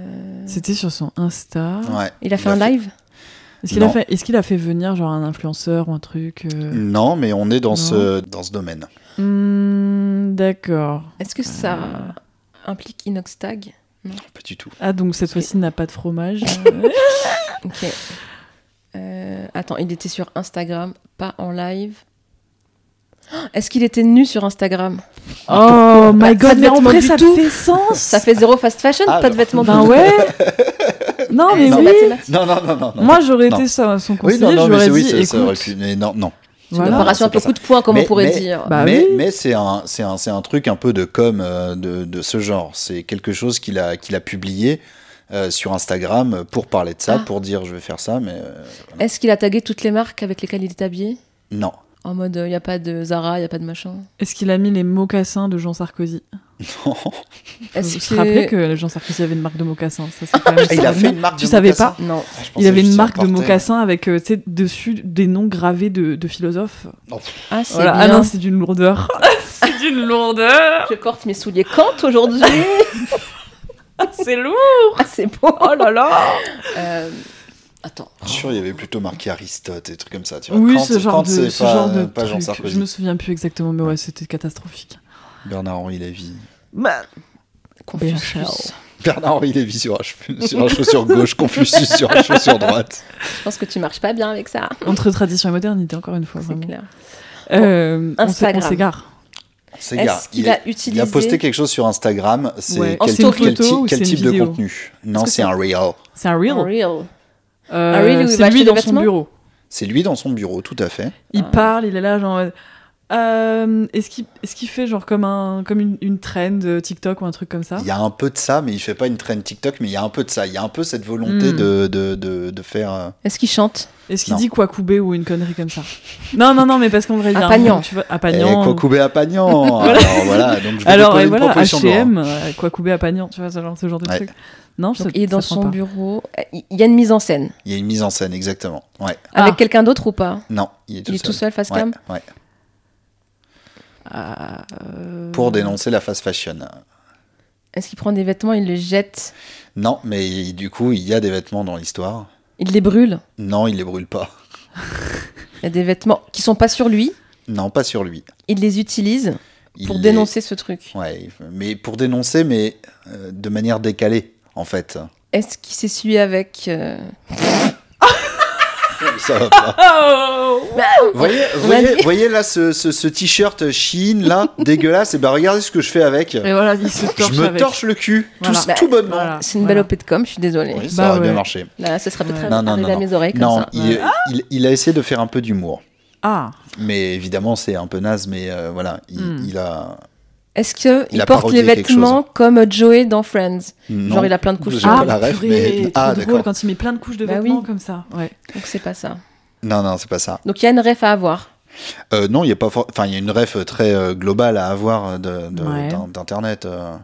H: C'était sur son Insta.
G: Ouais.
I: Il a fait un live
H: Est-ce qu'il a,
G: Non.
H: fait- est-ce qu'il a fait venir genre un influenceur ou un truc euh
G: Non, mais on est dans
H: Non.
G: ce dans ce domaine.
H: Hmm, D'accord.
I: Est-ce que ça implique Inoxtag
G: Pas du tout.
H: Ah, donc cette fois-ci, il n'a pas
I: <laughs>
H: de fromage.
I: Ok. Euh, attends, il était sur Instagram, pas en live. Oh, Est-ce qu'il était nu sur Instagram
H: oh my
I: Ça
H: god,
I: devait
H: mais
I: être
H: en vrai,
I: du
H: ça
I: tout.
H: fait sens.
I: Ça fait zéro fast fashion,
G: Ah,
I: pas de
G: alors.
I: vêtements de
H: Ben ouais. <laughs> non, mais
I: Bah, C'est
H: oui.
I: la thématique.
G: Non, non, non, non. non.
H: Moi, j'aurais
G: Non.
H: été son, son
G: oui,
H: conseiller.
G: non, non, mais
H: j'aurais
G: c'est- oui,
H: dit,
G: ça, ça aurait
H: écoute,
G: pu. Mais non, non. Non,
H: voilà.
G: c'est
I: Comparaison
G: pas
I: avec le
G: ça.
I: coup de poing, comme
G: Mais-
I: on pourrait
G: mais-
I: dire.
H: Bah
G: mais
H: oui.
G: mais c'est un c'est un c'est un truc un peu de com euh, de, de ce genre. C'est quelque chose qu'il a qu'il a publié. euh, sur Instagram pour parler de ça,
I: Ah.
G: pour dire je vais faire ça, mais euh,
I: Est-ce qu'il a tagué toutes les marques avec lesquelles il est habillé
G: non.
I: En mode, il n'y a pas de Zara, il n'y a pas de machin.
H: Est-ce qu'il a mis les mocassins de Jean Sarkozy
I: Est-ce
H: Vous
I: que-
H: vous rappelez que Jean Sarkozy avait une marque de mocassins ça, c'est quand
G: Ah, il
H: même
G: a
H: extraordinaire.
G: fait une marque
H: Tu
G: de
H: savais
G: mocassins
H: pas
G: Ah,
I: Non.
G: je pensais
H: Il avait
G: juste
H: une
G: qu'il
H: marque de
G: importait.
H: mocassins avec euh, tu sais, dessus des noms gravés de, de philosophes.
I: Ah, c'est
H: Voilà. Ah
I: bien.
H: non, c'est d'une
I: <laughs>
H: lourdeur. <laughs> c'est d'une lourdeur.
I: Je porte mes souliers Kant
H: <laughs>
I: aujourd'hui.
H: C'est lourd.
I: ah, c'est beau.
H: Oh là là.
I: Euh, Attends.
G: Je suis sûr, il y avait plutôt marqué Aristote et trucs comme ça. Tu vois.
H: Oui,
G: Kant-
H: ce genre
G: Kant,
H: de,
G: c'est
H: ce
G: pas, euh,
H: genre de
G: pas Jean
H: truc.
G: Sarkozy.
H: Je me souviens plus exactement, mais ouais, c'était catastrophique.
G: Bernard-Henri Lévy.
I: Confucius.
G: Bernard-Henri Lévy sur, un cheveu- <laughs> sur la chaussure gauche, Confucius sur la chaussure droite.
I: Je pense que tu marches pas bien avec ça.
H: Entre tradition et modernité, encore une fois.
I: C'est
H: Ah, Vraiment.
I: clair.
H: Euh, on s'é- on
I: Instagram.
H: s'égare.
G: C'est gars,
I: Est-ce qu'il a
G: il
I: utilisé
G: a posté quelque chose sur Instagram. C'est
H: Ouais.
G: quel,
I: C'est une
G: quel
H: photo
G: ti-
H: ou
G: quel
H: c'est une
G: type de
H: vidéo
G: contenu Non,
H: que
G: c'est un reel.
H: C'est un reel.
I: Real.
H: Euh,
I: Un reel où il va
H: c'est lui
I: acheter
H: dans
I: des
H: son
I: vêtements
H: bureau.
G: C'est lui dans son bureau, tout à fait.
H: Il
I: Ah.
H: parle, il est là genre. en mode, euh, est-ce qu'il est-ce qu'il fait genre comme un comme une, une trend euh, TikTok ou un truc comme ça
G: Il y a un peu de ça, mais il fait pas une traîne TikTok, mais il y a un peu de ça. Il y a un peu cette volonté
H: Hmm.
G: de, de, de, de faire. euh,
I: Est-ce qu'il chante
H: Est-ce qu'il
G: Non.
H: dit Kwakubé ou une connerie comme ça Non non non mais parce qu'on vrai
I: Un
H: bien
I: pagnon.
H: tu vois à
G: Eh,
H: Pagnan, ou-
G: Kokubé à
H: <laughs>
G: Pagnan Alors voilà, donc je vais
H: Alors
G: décoller
H: et
G: une
H: voilà
G: proposition de loi.
H: H&M euh, Kwakubé à Pagnan, tu vois ce genre, ce genre de
G: Ouais.
H: truc. Non, ça-
I: Donc, Il est dans
H: ça prend
I: son
H: pas.
I: bureau. Il il y a une mise en scène.
G: Il y a une mise en scène, exactement. Ouais.
H: Ah.
I: Avec quelqu'un d'autre ou pas
G: Non, il est tout
I: Il est
G: seul.
I: tout seul face
G: Ouais,
I: cam
G: ouais.
H: Ah, euh,
G: Pour dénoncer la fast fashion.
I: Est-ce qu'il prend des vêtements, il les jette,
G: Non, mais du coup, il y a des vêtements dans l'histoire.
I: il les brûle
G: Non, il les brûle pas.
I: Il y a des vêtements qui sont pas sur lui,
G: Non, pas sur lui.
I: il les utilise
G: Il
I: pour
G: les-
I: dénoncer ce truc.
G: Ouais, mais pour dénoncer, mais euh, de manière décalée, en fait.
I: Est-ce qu'il s'essuie avec euh,
G: Ça va pas.
H: Oh
G: voyez,
I: a
G: voyez, voyez là ce, ce- ce t-shirt Shein
H: <laughs>
G: là, dégueulasse. Et ben regardez ce que je fais avec.
H: Et voilà, il
G: Je
H: se Euh, torche
G: me
H: avec.
G: torche le cul, tout-
H: Voilà. Bah,
G: tout, bonnement.
H: Voilà,
I: C'est une
H: Ah,
I: belle
H: voilà.
I: opé de com, je suis désolée.
G: Oui, ça
H: Bah
G: aurait bien
H: ouais.
G: marché.
I: Là, ça serait
H: Ouais.
I: peut-être
G: Non, non,
I: arrivé
G: non, non.
I: à mes oreilles comme
G: non,
I: ça.
G: il, il- il a essayé de faire un peu d'humour,
H: Ah,
G: mais évidemment c'est un peu naze. Mais euh, voilà, il,
H: Hmm.
G: il a.
I: Est-ce qu'il
G: il a
I: porte les
G: parodié quelque
I: vêtements comme Joey dans Friends
G: Non.
I: Genre, il a plein de couches.
G: J'ai
H: ah
G: pas la ref,
H: purée,
G: mais-
H: trop
G: Ah,
H: drôle
G: d'accord.
H: quand il met plein de couches de
I: Bah oui.
H: vêtements comme ça. Ouais.
I: Donc, c'est pas ça.
G: Non, non, c'est pas ça.
I: Donc, il y a une ref à avoir.
G: Euh, non, il y a pas. for- Enfin, il y a une ref très euh, globale à avoir de- de-
H: Ouais.
G: d'in- d'internet. euh.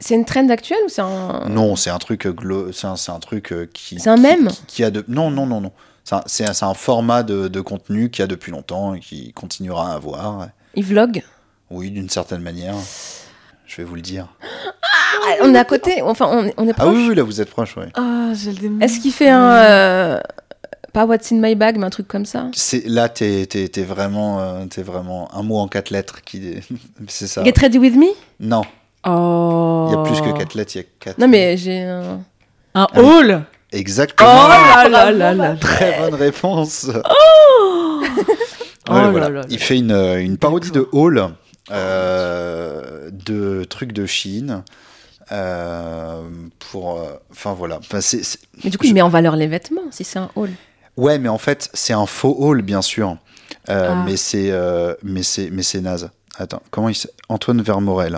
I: C'est une trend actuelle ou c'est un.
G: Non, c'est un truc euh, glo- c'est un, c'est un truc euh, qui.
I: C'est un
G: qui-
I: mème
G: qui, qui a de. Non, non, non, non. C'est un- C'est un, c'est un format de, de contenu qui a depuis longtemps et qui continuera à avoir.
I: Il vlog
G: Oui, d'une certaine manière. Je vais vous le dire.
I: Ah, On est à côté, enfin, on, on est
G: Ah oui,
I: proche.
G: oui, là vous êtes proche, oui.
H: Ah, j'ai le démon.
I: Est-ce qu'il fait un. euh, Pas What's in my bag, mais un truc comme ça
G: C'est- Là, t'es t'es- t'es vraiment, euh, t'es vraiment un mot en quatre lettres qui. <laughs> C'est ça.
I: Get ready with me
G: Non,
H: Oh.
G: il y a plus que quatre lettres, il y a quatre.
I: Non, mais j'ai un.
G: Ah
H: Un
G: oui.
H: haul Oh
G: Exactement.
H: là là là là.
G: Très bonne réponse.
H: Oh
G: Ouais,
H: là
G: voilà.
H: là là.
G: Il fait une, euh, une parodie de Hall, euh, de trucs de Chine. euh, pour. euh, Enfin voilà. Enfin, c'est- c'est-
I: Mais du coup, il met en valeur les vêtements si c'est un haul.
G: Ouais, mais en fait, c'est un faux Hall, bien sûr. Euh,
H: Ah.
G: Mais c'est euh, mais c'est- mais c'est naze. Attends, comment il s'appelle Antoine Vermorel.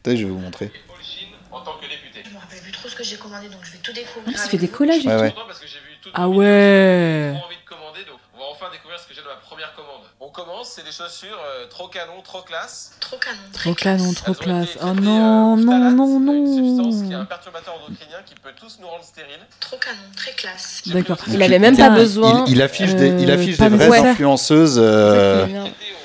G: Attendez, je vais vous montrer.
A: Je me rappelle plus trop ce que j'ai commandé, donc je vais tout découvrir.
I: Il
A: avec
I: fait Ah, des
A: vous.
I: collages. et
G: Ouais,
I: tout.
G: ouais.
J: parce que j'ai vu tout de
H: Ah
J: suite
H: ouais.
J: envie de commander, donc on va enfin découvrir ce que j'ai dans ma première commande. On commence, c'est des chaussures euh, trop canon, trop classe.
A: Trop canon.
H: Trop
A: très
H: canon,
A: classe.
J: Elles
H: trop
J: ont
H: classe.
J: été
H: Oh
J: filtrées,
H: non,
J: euh, au
H: non,
J: phtalate,
H: non,
J: Une substance qui est un
H: non.
J: perturbateur endocrinien qui peut tous nous rendre stériles.
A: Trop canon, très classe.
H: D'accord.
G: Et
I: Il
G: puis,
I: avait même pas
H: putain,
I: besoin.
G: Il, il affiche des, il
H: euh,
G: affiche
H: pas
G: des vraies
I: nécessaire.
G: influenceuses. euh,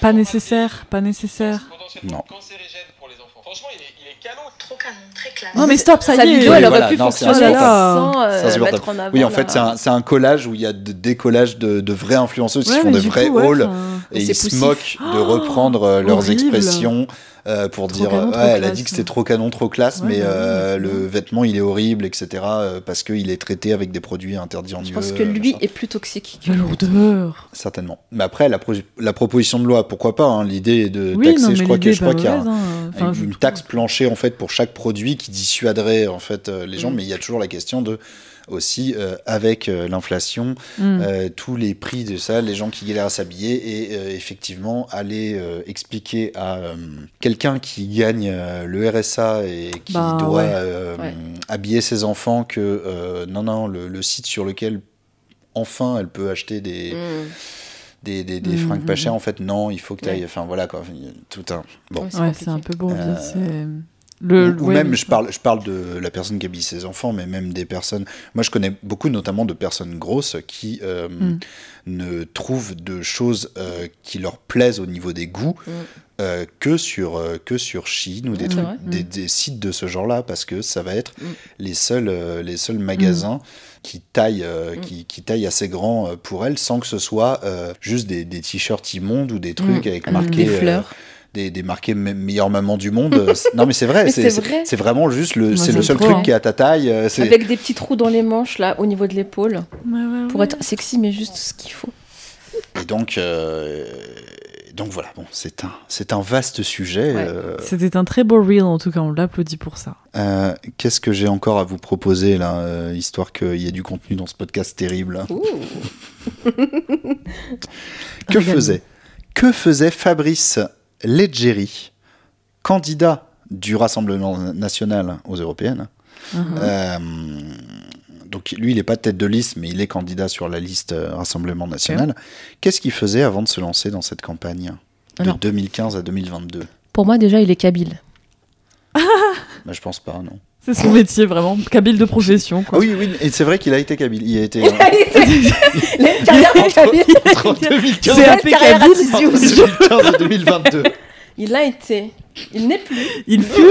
H: Pas nécessaire, pas nécessaire.
G: Non.
J: Potentiellement cancérigène pour les enfants. Franchement, il est, il est canon.
A: Trop canon, très classe.
H: Non mais stop, ça
I: Sa
H: y
I: vidéo,
G: Oui,
I: elle
H: est.
G: voilà,
I: aurait pu
G: non, c'est
I: fonctionner
H: insupportable.
I: sans euh,
G: C'est insupportable.
I: mettre en avant.
G: Oui, en
I: la-
G: fait, c'est un, c'est un collage où il y a de- des collages de, de vraies influenceuses qui
H: Ouais,
G: font
H: mais
G: des
H: du
G: vrais
H: coup, ouais,
G: hauls.
H: enfin, Ah, Oh,
G: Et
I: Et
G: ils
I: c'est
G: se
I: poussif.
G: moquent de reprendre euh, leurs
H: horrible.
G: expressions euh, pour
H: Trop
G: dire
H: canon,
G: euh,
H: trop
G: ouais, elle a
H: classe.
G: dit que c'était trop canon, trop classe,
H: Ouais,
G: mais
H: bah oui,
G: euh,
H: mais c'est
G: le
H: bien.
G: vêtement il est horrible, etc. euh, parce qu'il est traité avec des produits interdits en
I: Je
G: UE,
I: pense que lui
G: machin.
I: est plus toxique que
H: La lourdeur.
G: Certainement. Mais après, la, pro- la proposition de loi, pourquoi pas hein, L'idée est de
H: Oui, non
G: taxer,
H: mais
G: je crois que-
H: l'idée est
G: je crois
H: pas
G: qu'il y a un-
H: mauvaise. hein. Enfin,
G: une,
H: je
G: une
H: trouve.
G: taxe planchée en fait pour chaque produit qui dissuaderait en fait euh, les gens
I: Mm.
G: mais il y a toujours la question de aussi euh, avec euh, l'inflation,
H: Mm.
G: euh, tous les prix de ça, les gens qui galèrent à s'habiller et euh, effectivement aller euh, expliquer à euh, quelqu'un qui gagne euh, le RSA et qui
H: Bah,
G: doit
H: ouais.
G: euh,
I: Ouais.
G: habiller ses enfants que euh, non, non, le, le site sur lequel enfin elle peut acheter des,
I: Mm.
G: des, des, des
H: Mm,
G: fringues
H: mm,
G: pas chères, en fait, non, il faut que tu ailles.
I: Ouais.
G: Enfin voilà quoi, il y a tout un. Bon.
I: Ouais, c'est
H: Ouais,
I: compliqué.
H: c'est un peu bourbier.
G: Euh,
H: c'est- Le,
G: ou ou
H: ouais,
G: même,
H: mais-
G: je parle, je parle de la personne qui habille ses enfants, mais même des personnes. Moi, je connais beaucoup, notamment, de personnes grosses qui euh,
H: Mm.
G: ne trouvent de choses euh, qui leur plaisent au niveau des goûts
I: Mm.
G: euh, que sur euh, que sur Chine ou des
I: Ouais,
G: trucs,
I: c'est vrai.
G: des,
H: Mm.
G: des sites de ce genre-là, parce que ça va être
I: Mm.
G: les seuls euh, les seuls magasins qui taillent euh,
I: Mm.
G: qui, qui taillent assez grand euh, pour elles, sans que ce soit euh, juste des, des t-shirts immondes ou des trucs
I: Mm.
G: avec
I: Avec
G: marqué
I: des
G: euh,
I: fleurs.
G: des, des marqués me- meilleure maman du monde.
I: <laughs>
G: Euh, c'est- non, mais c'est vrai,
I: Mais
G: c'est
I: c'est
G: c'est-
I: vrai.
G: c'est vraiment juste le,
H: Moi,
G: c'est
H: j'aime
G: le seul
H: trop,
G: truc
I: hein.
G: qui est à ta taille. euh, c'est-
I: Avec des petits trous dans les manches, là, au niveau de l'épaule,
H: Ouais, ouais,
I: pour
H: ouais.
I: être sexy, mais juste ce qu'il faut.
G: Et donc, euh, donc voilà, bon, c'est un, c'est un vaste sujet.
I: Ouais.
G: euh,
H: C'était un très beau reel, en tout cas, on l'applaudit pour ça.
G: euh, Qu'est-ce que j'ai encore à vous proposer, là, euh, histoire qu'il y ait du contenu dans ce podcast terrible hein.
I: Ouh.
G: <laughs> Que
H: Regarde.
G: faisait Que faisait Fabrice Leggeri, candidat du Rassemblement national aux européennes
I: Uh-huh.
H: Mhm.
G: Euh, donc lui, il n'est pas tête de liste, mais il est candidat sur la liste euh, Rassemblement national. Qu'est-ce qu'il faisait avant de se lancer dans cette campagne de
I: Alors.
G: 2015 à 2022
I: Pour moi, déjà, il est kabyle.
G: bah, Je pense pas, non.
H: C'est son métier, vraiment. Kabyle
G: <laughs>
H: de profession,
G: Ah
H: quoi.
G: oui, oui, et c'est vrai qu'il a été kabyle. Il a été.
I: <laughs> <laughs> Il a une carrière en kabyle.
G: entre 2015
H: C'est
I: C'est
H: un
I: une carrière
H: kabyle,
I: à Sissi
G: entre
I: Ouzou.
G: 2015 et 2022.
I: Il a été. Il n'est plus.
H: <laughs> Il fut,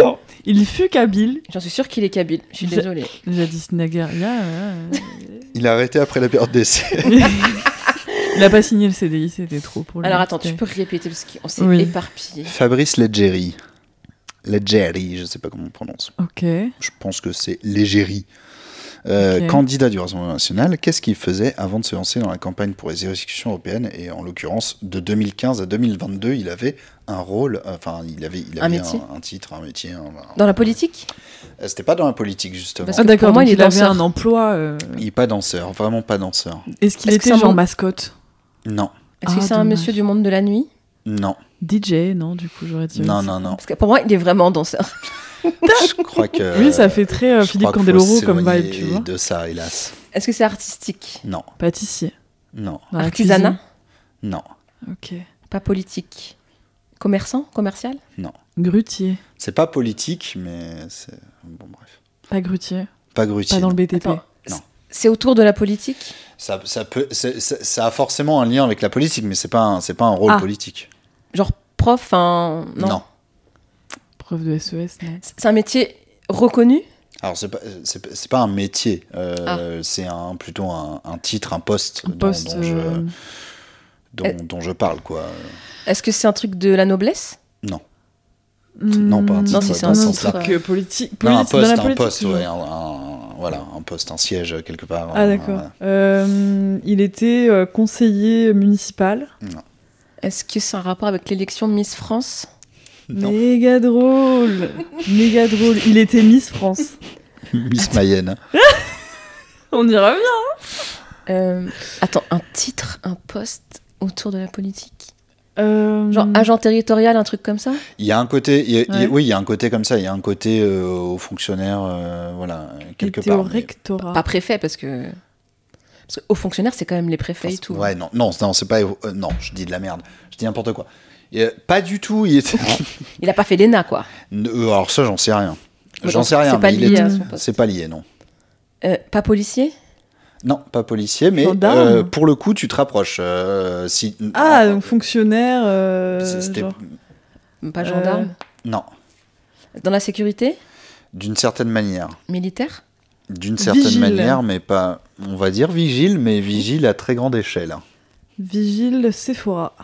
H: il fut Kabyle.
I: J'en suis sûre qu'il est kabyle. Je suis
H: Je-
I: désolée.
H: Jadis Nagaria. euh,
G: <laughs> Il a arrêté après la période d'essai.
H: <laughs> il a pas signé le CDI, c'était trop pour lui.
I: Alors attends,
H: C'était-
I: tu peux répéter parce qu'on s'est
H: Oui.
I: éparpillé.
G: Fabrice Leggeri. Leggeri, je sais pas comment on prononce.
H: Ok.
G: Je pense que c'est Légérie. Euh,
H: Ok.
G: Candidat du Rassemblement national, qu'est-ce qu'il faisait avant de se lancer dans la campagne pour les élections européennes Et en l'occurrence, de 2015 à 2022, il avait un rôle, euh, enfin, il avait, il
I: Un
G: avait
I: métier
G: un, titre, un métier. un- un-
I: Dans la politique
G: Euh, C'était pas dans la politique, justement.
I: Parce
H: Ah
I: que
H: d'accord,
I: pour moi,
H: donc
I: il est
H: il avait
I: danseur.
H: un emploi. euh,
G: Il est pas danseur, vraiment pas danseur.
H: Est-ce qu'il
I: Est-ce que
H: était
I: c'est un
H: genre
I: monde-
H: mascotte
G: Non,
I: Est-ce que
H: Ah,
I: c'est un
H: dommage.
I: monsieur du monde de la nuit
G: non,
H: DJ, non, du coup, j'aurais dit.
G: non,
H: oui.
G: non,
I: <laughs>
G: non.
I: Parce que pour moi, il est vraiment danseur.
G: Je crois que.
H: Lui, ça fait très euh,
G: je
H: Philippe
G: crois qu'il faut
H: Candeloro comme
G: s'éloigner
H: vibe, tu vois.
G: De ça, hélas.
I: Est-ce que c'est artistique
G: Non,
H: Pâtissier.
G: non,
H: dans la
I: Artisanat
G: non,
H: cuisine. Ok.
I: Pas politique. Commerçant Commercial
G: non.
H: Grutier.
G: C'est pas politique, mais c'est. Bon, bref.
H: Pas grutier.
G: Pas grutier.
H: Pas dans le BTP.
I: Attends,
G: Non.
I: C'est autour de la politique
G: Ça, ça peut, c'est- c'est- ça a forcément un lien avec la politique, mais c'est pas, un- c'est pas un rôle
I: Ah.
G: politique.
I: Genre prof, un... non.
H: Preuve de SES, non.
I: C'est un métier reconnu
G: Alors c'est pas, c'est pas- c'est pas un métier, euh, c'est un plutôt un, un titre, un poste,
H: Un
G: dont-
H: poste.
G: dont, je,
H: euh,
G: dont,
I: Euh.
G: dont je parle quoi.
I: Est-ce que c'est un truc de la noblesse
G: Non, non pas un
H: hmm,
G: titre.
I: si,
G: dans
I: c'est
G: ce
I: un euh,
G: sens-là.
I: titre,
H: que politi- politi-
G: Non, un
H: dans
G: poste,
H: la
G: un
H: politique,
G: poste,
H: toujours.
G: ouais, un, un- voilà, un poste, un siège quelque part.
H: Ah
G: euh,
H: d'accord.
G: voilà.
H: Euh, il était euh, conseiller municipal.
I: Est-ce que c'est un rapport avec l'élection de Miss France
G: Non.
H: <laughs> Méga drôle. Méga drôle. Il était Miss France.
G: Miss Mayenne.
H: On y revient.
I: Euh, Attends, un titre, un poste autour de la politique
H: Euh,
I: Genre agent territorial, un truc comme ça
G: Il y a un côté, il y a- il y a-
H: Ouais.
G: oui, il y a un côté comme ça. Il y a un côté euh, aux fonctionnaires, euh, voilà,
H: Il
G: quelque
H: était
G: part.
H: au
G: mais-
H: rectorat.
I: Pas préfet, parce que. Parce qu'aux fonctionnaires, c'est quand même les préfets et tout.
G: Ouais, non, non, non, c'est pas. euh, non, je dis de la merde. Je dis n'importe quoi. Et, euh, pas du tout. Il était.
H: <laughs>
I: Il a pas fait l'ENA, quoi.
G: Ne- euh, Alors ça, j'en sais rien.
I: Ouais,
G: J'en
I: donc,
G: sais rien.
I: C'est pas
G: mais il
I: lié
G: est-
I: à son poste.
G: C'est pas lié, non.
I: Euh, pas policier
G: Non, pas policier, mais
H: Gendarme.
G: euh, pour le coup, tu te rapproches. euh, si...
H: Ah,
G: euh,
H: donc fonctionnaire. euh,
G: c'est- c'était-
H: genre-
I: Pas gendarme
G: Non,
I: Dans la sécurité
G: d'une certaine manière.
I: Militaire
G: D'une certaine
H: Vigile.
G: manière, mais pas. On va dire vigile, mais vigile à très grande échelle. hein.
H: Vigile Sephora.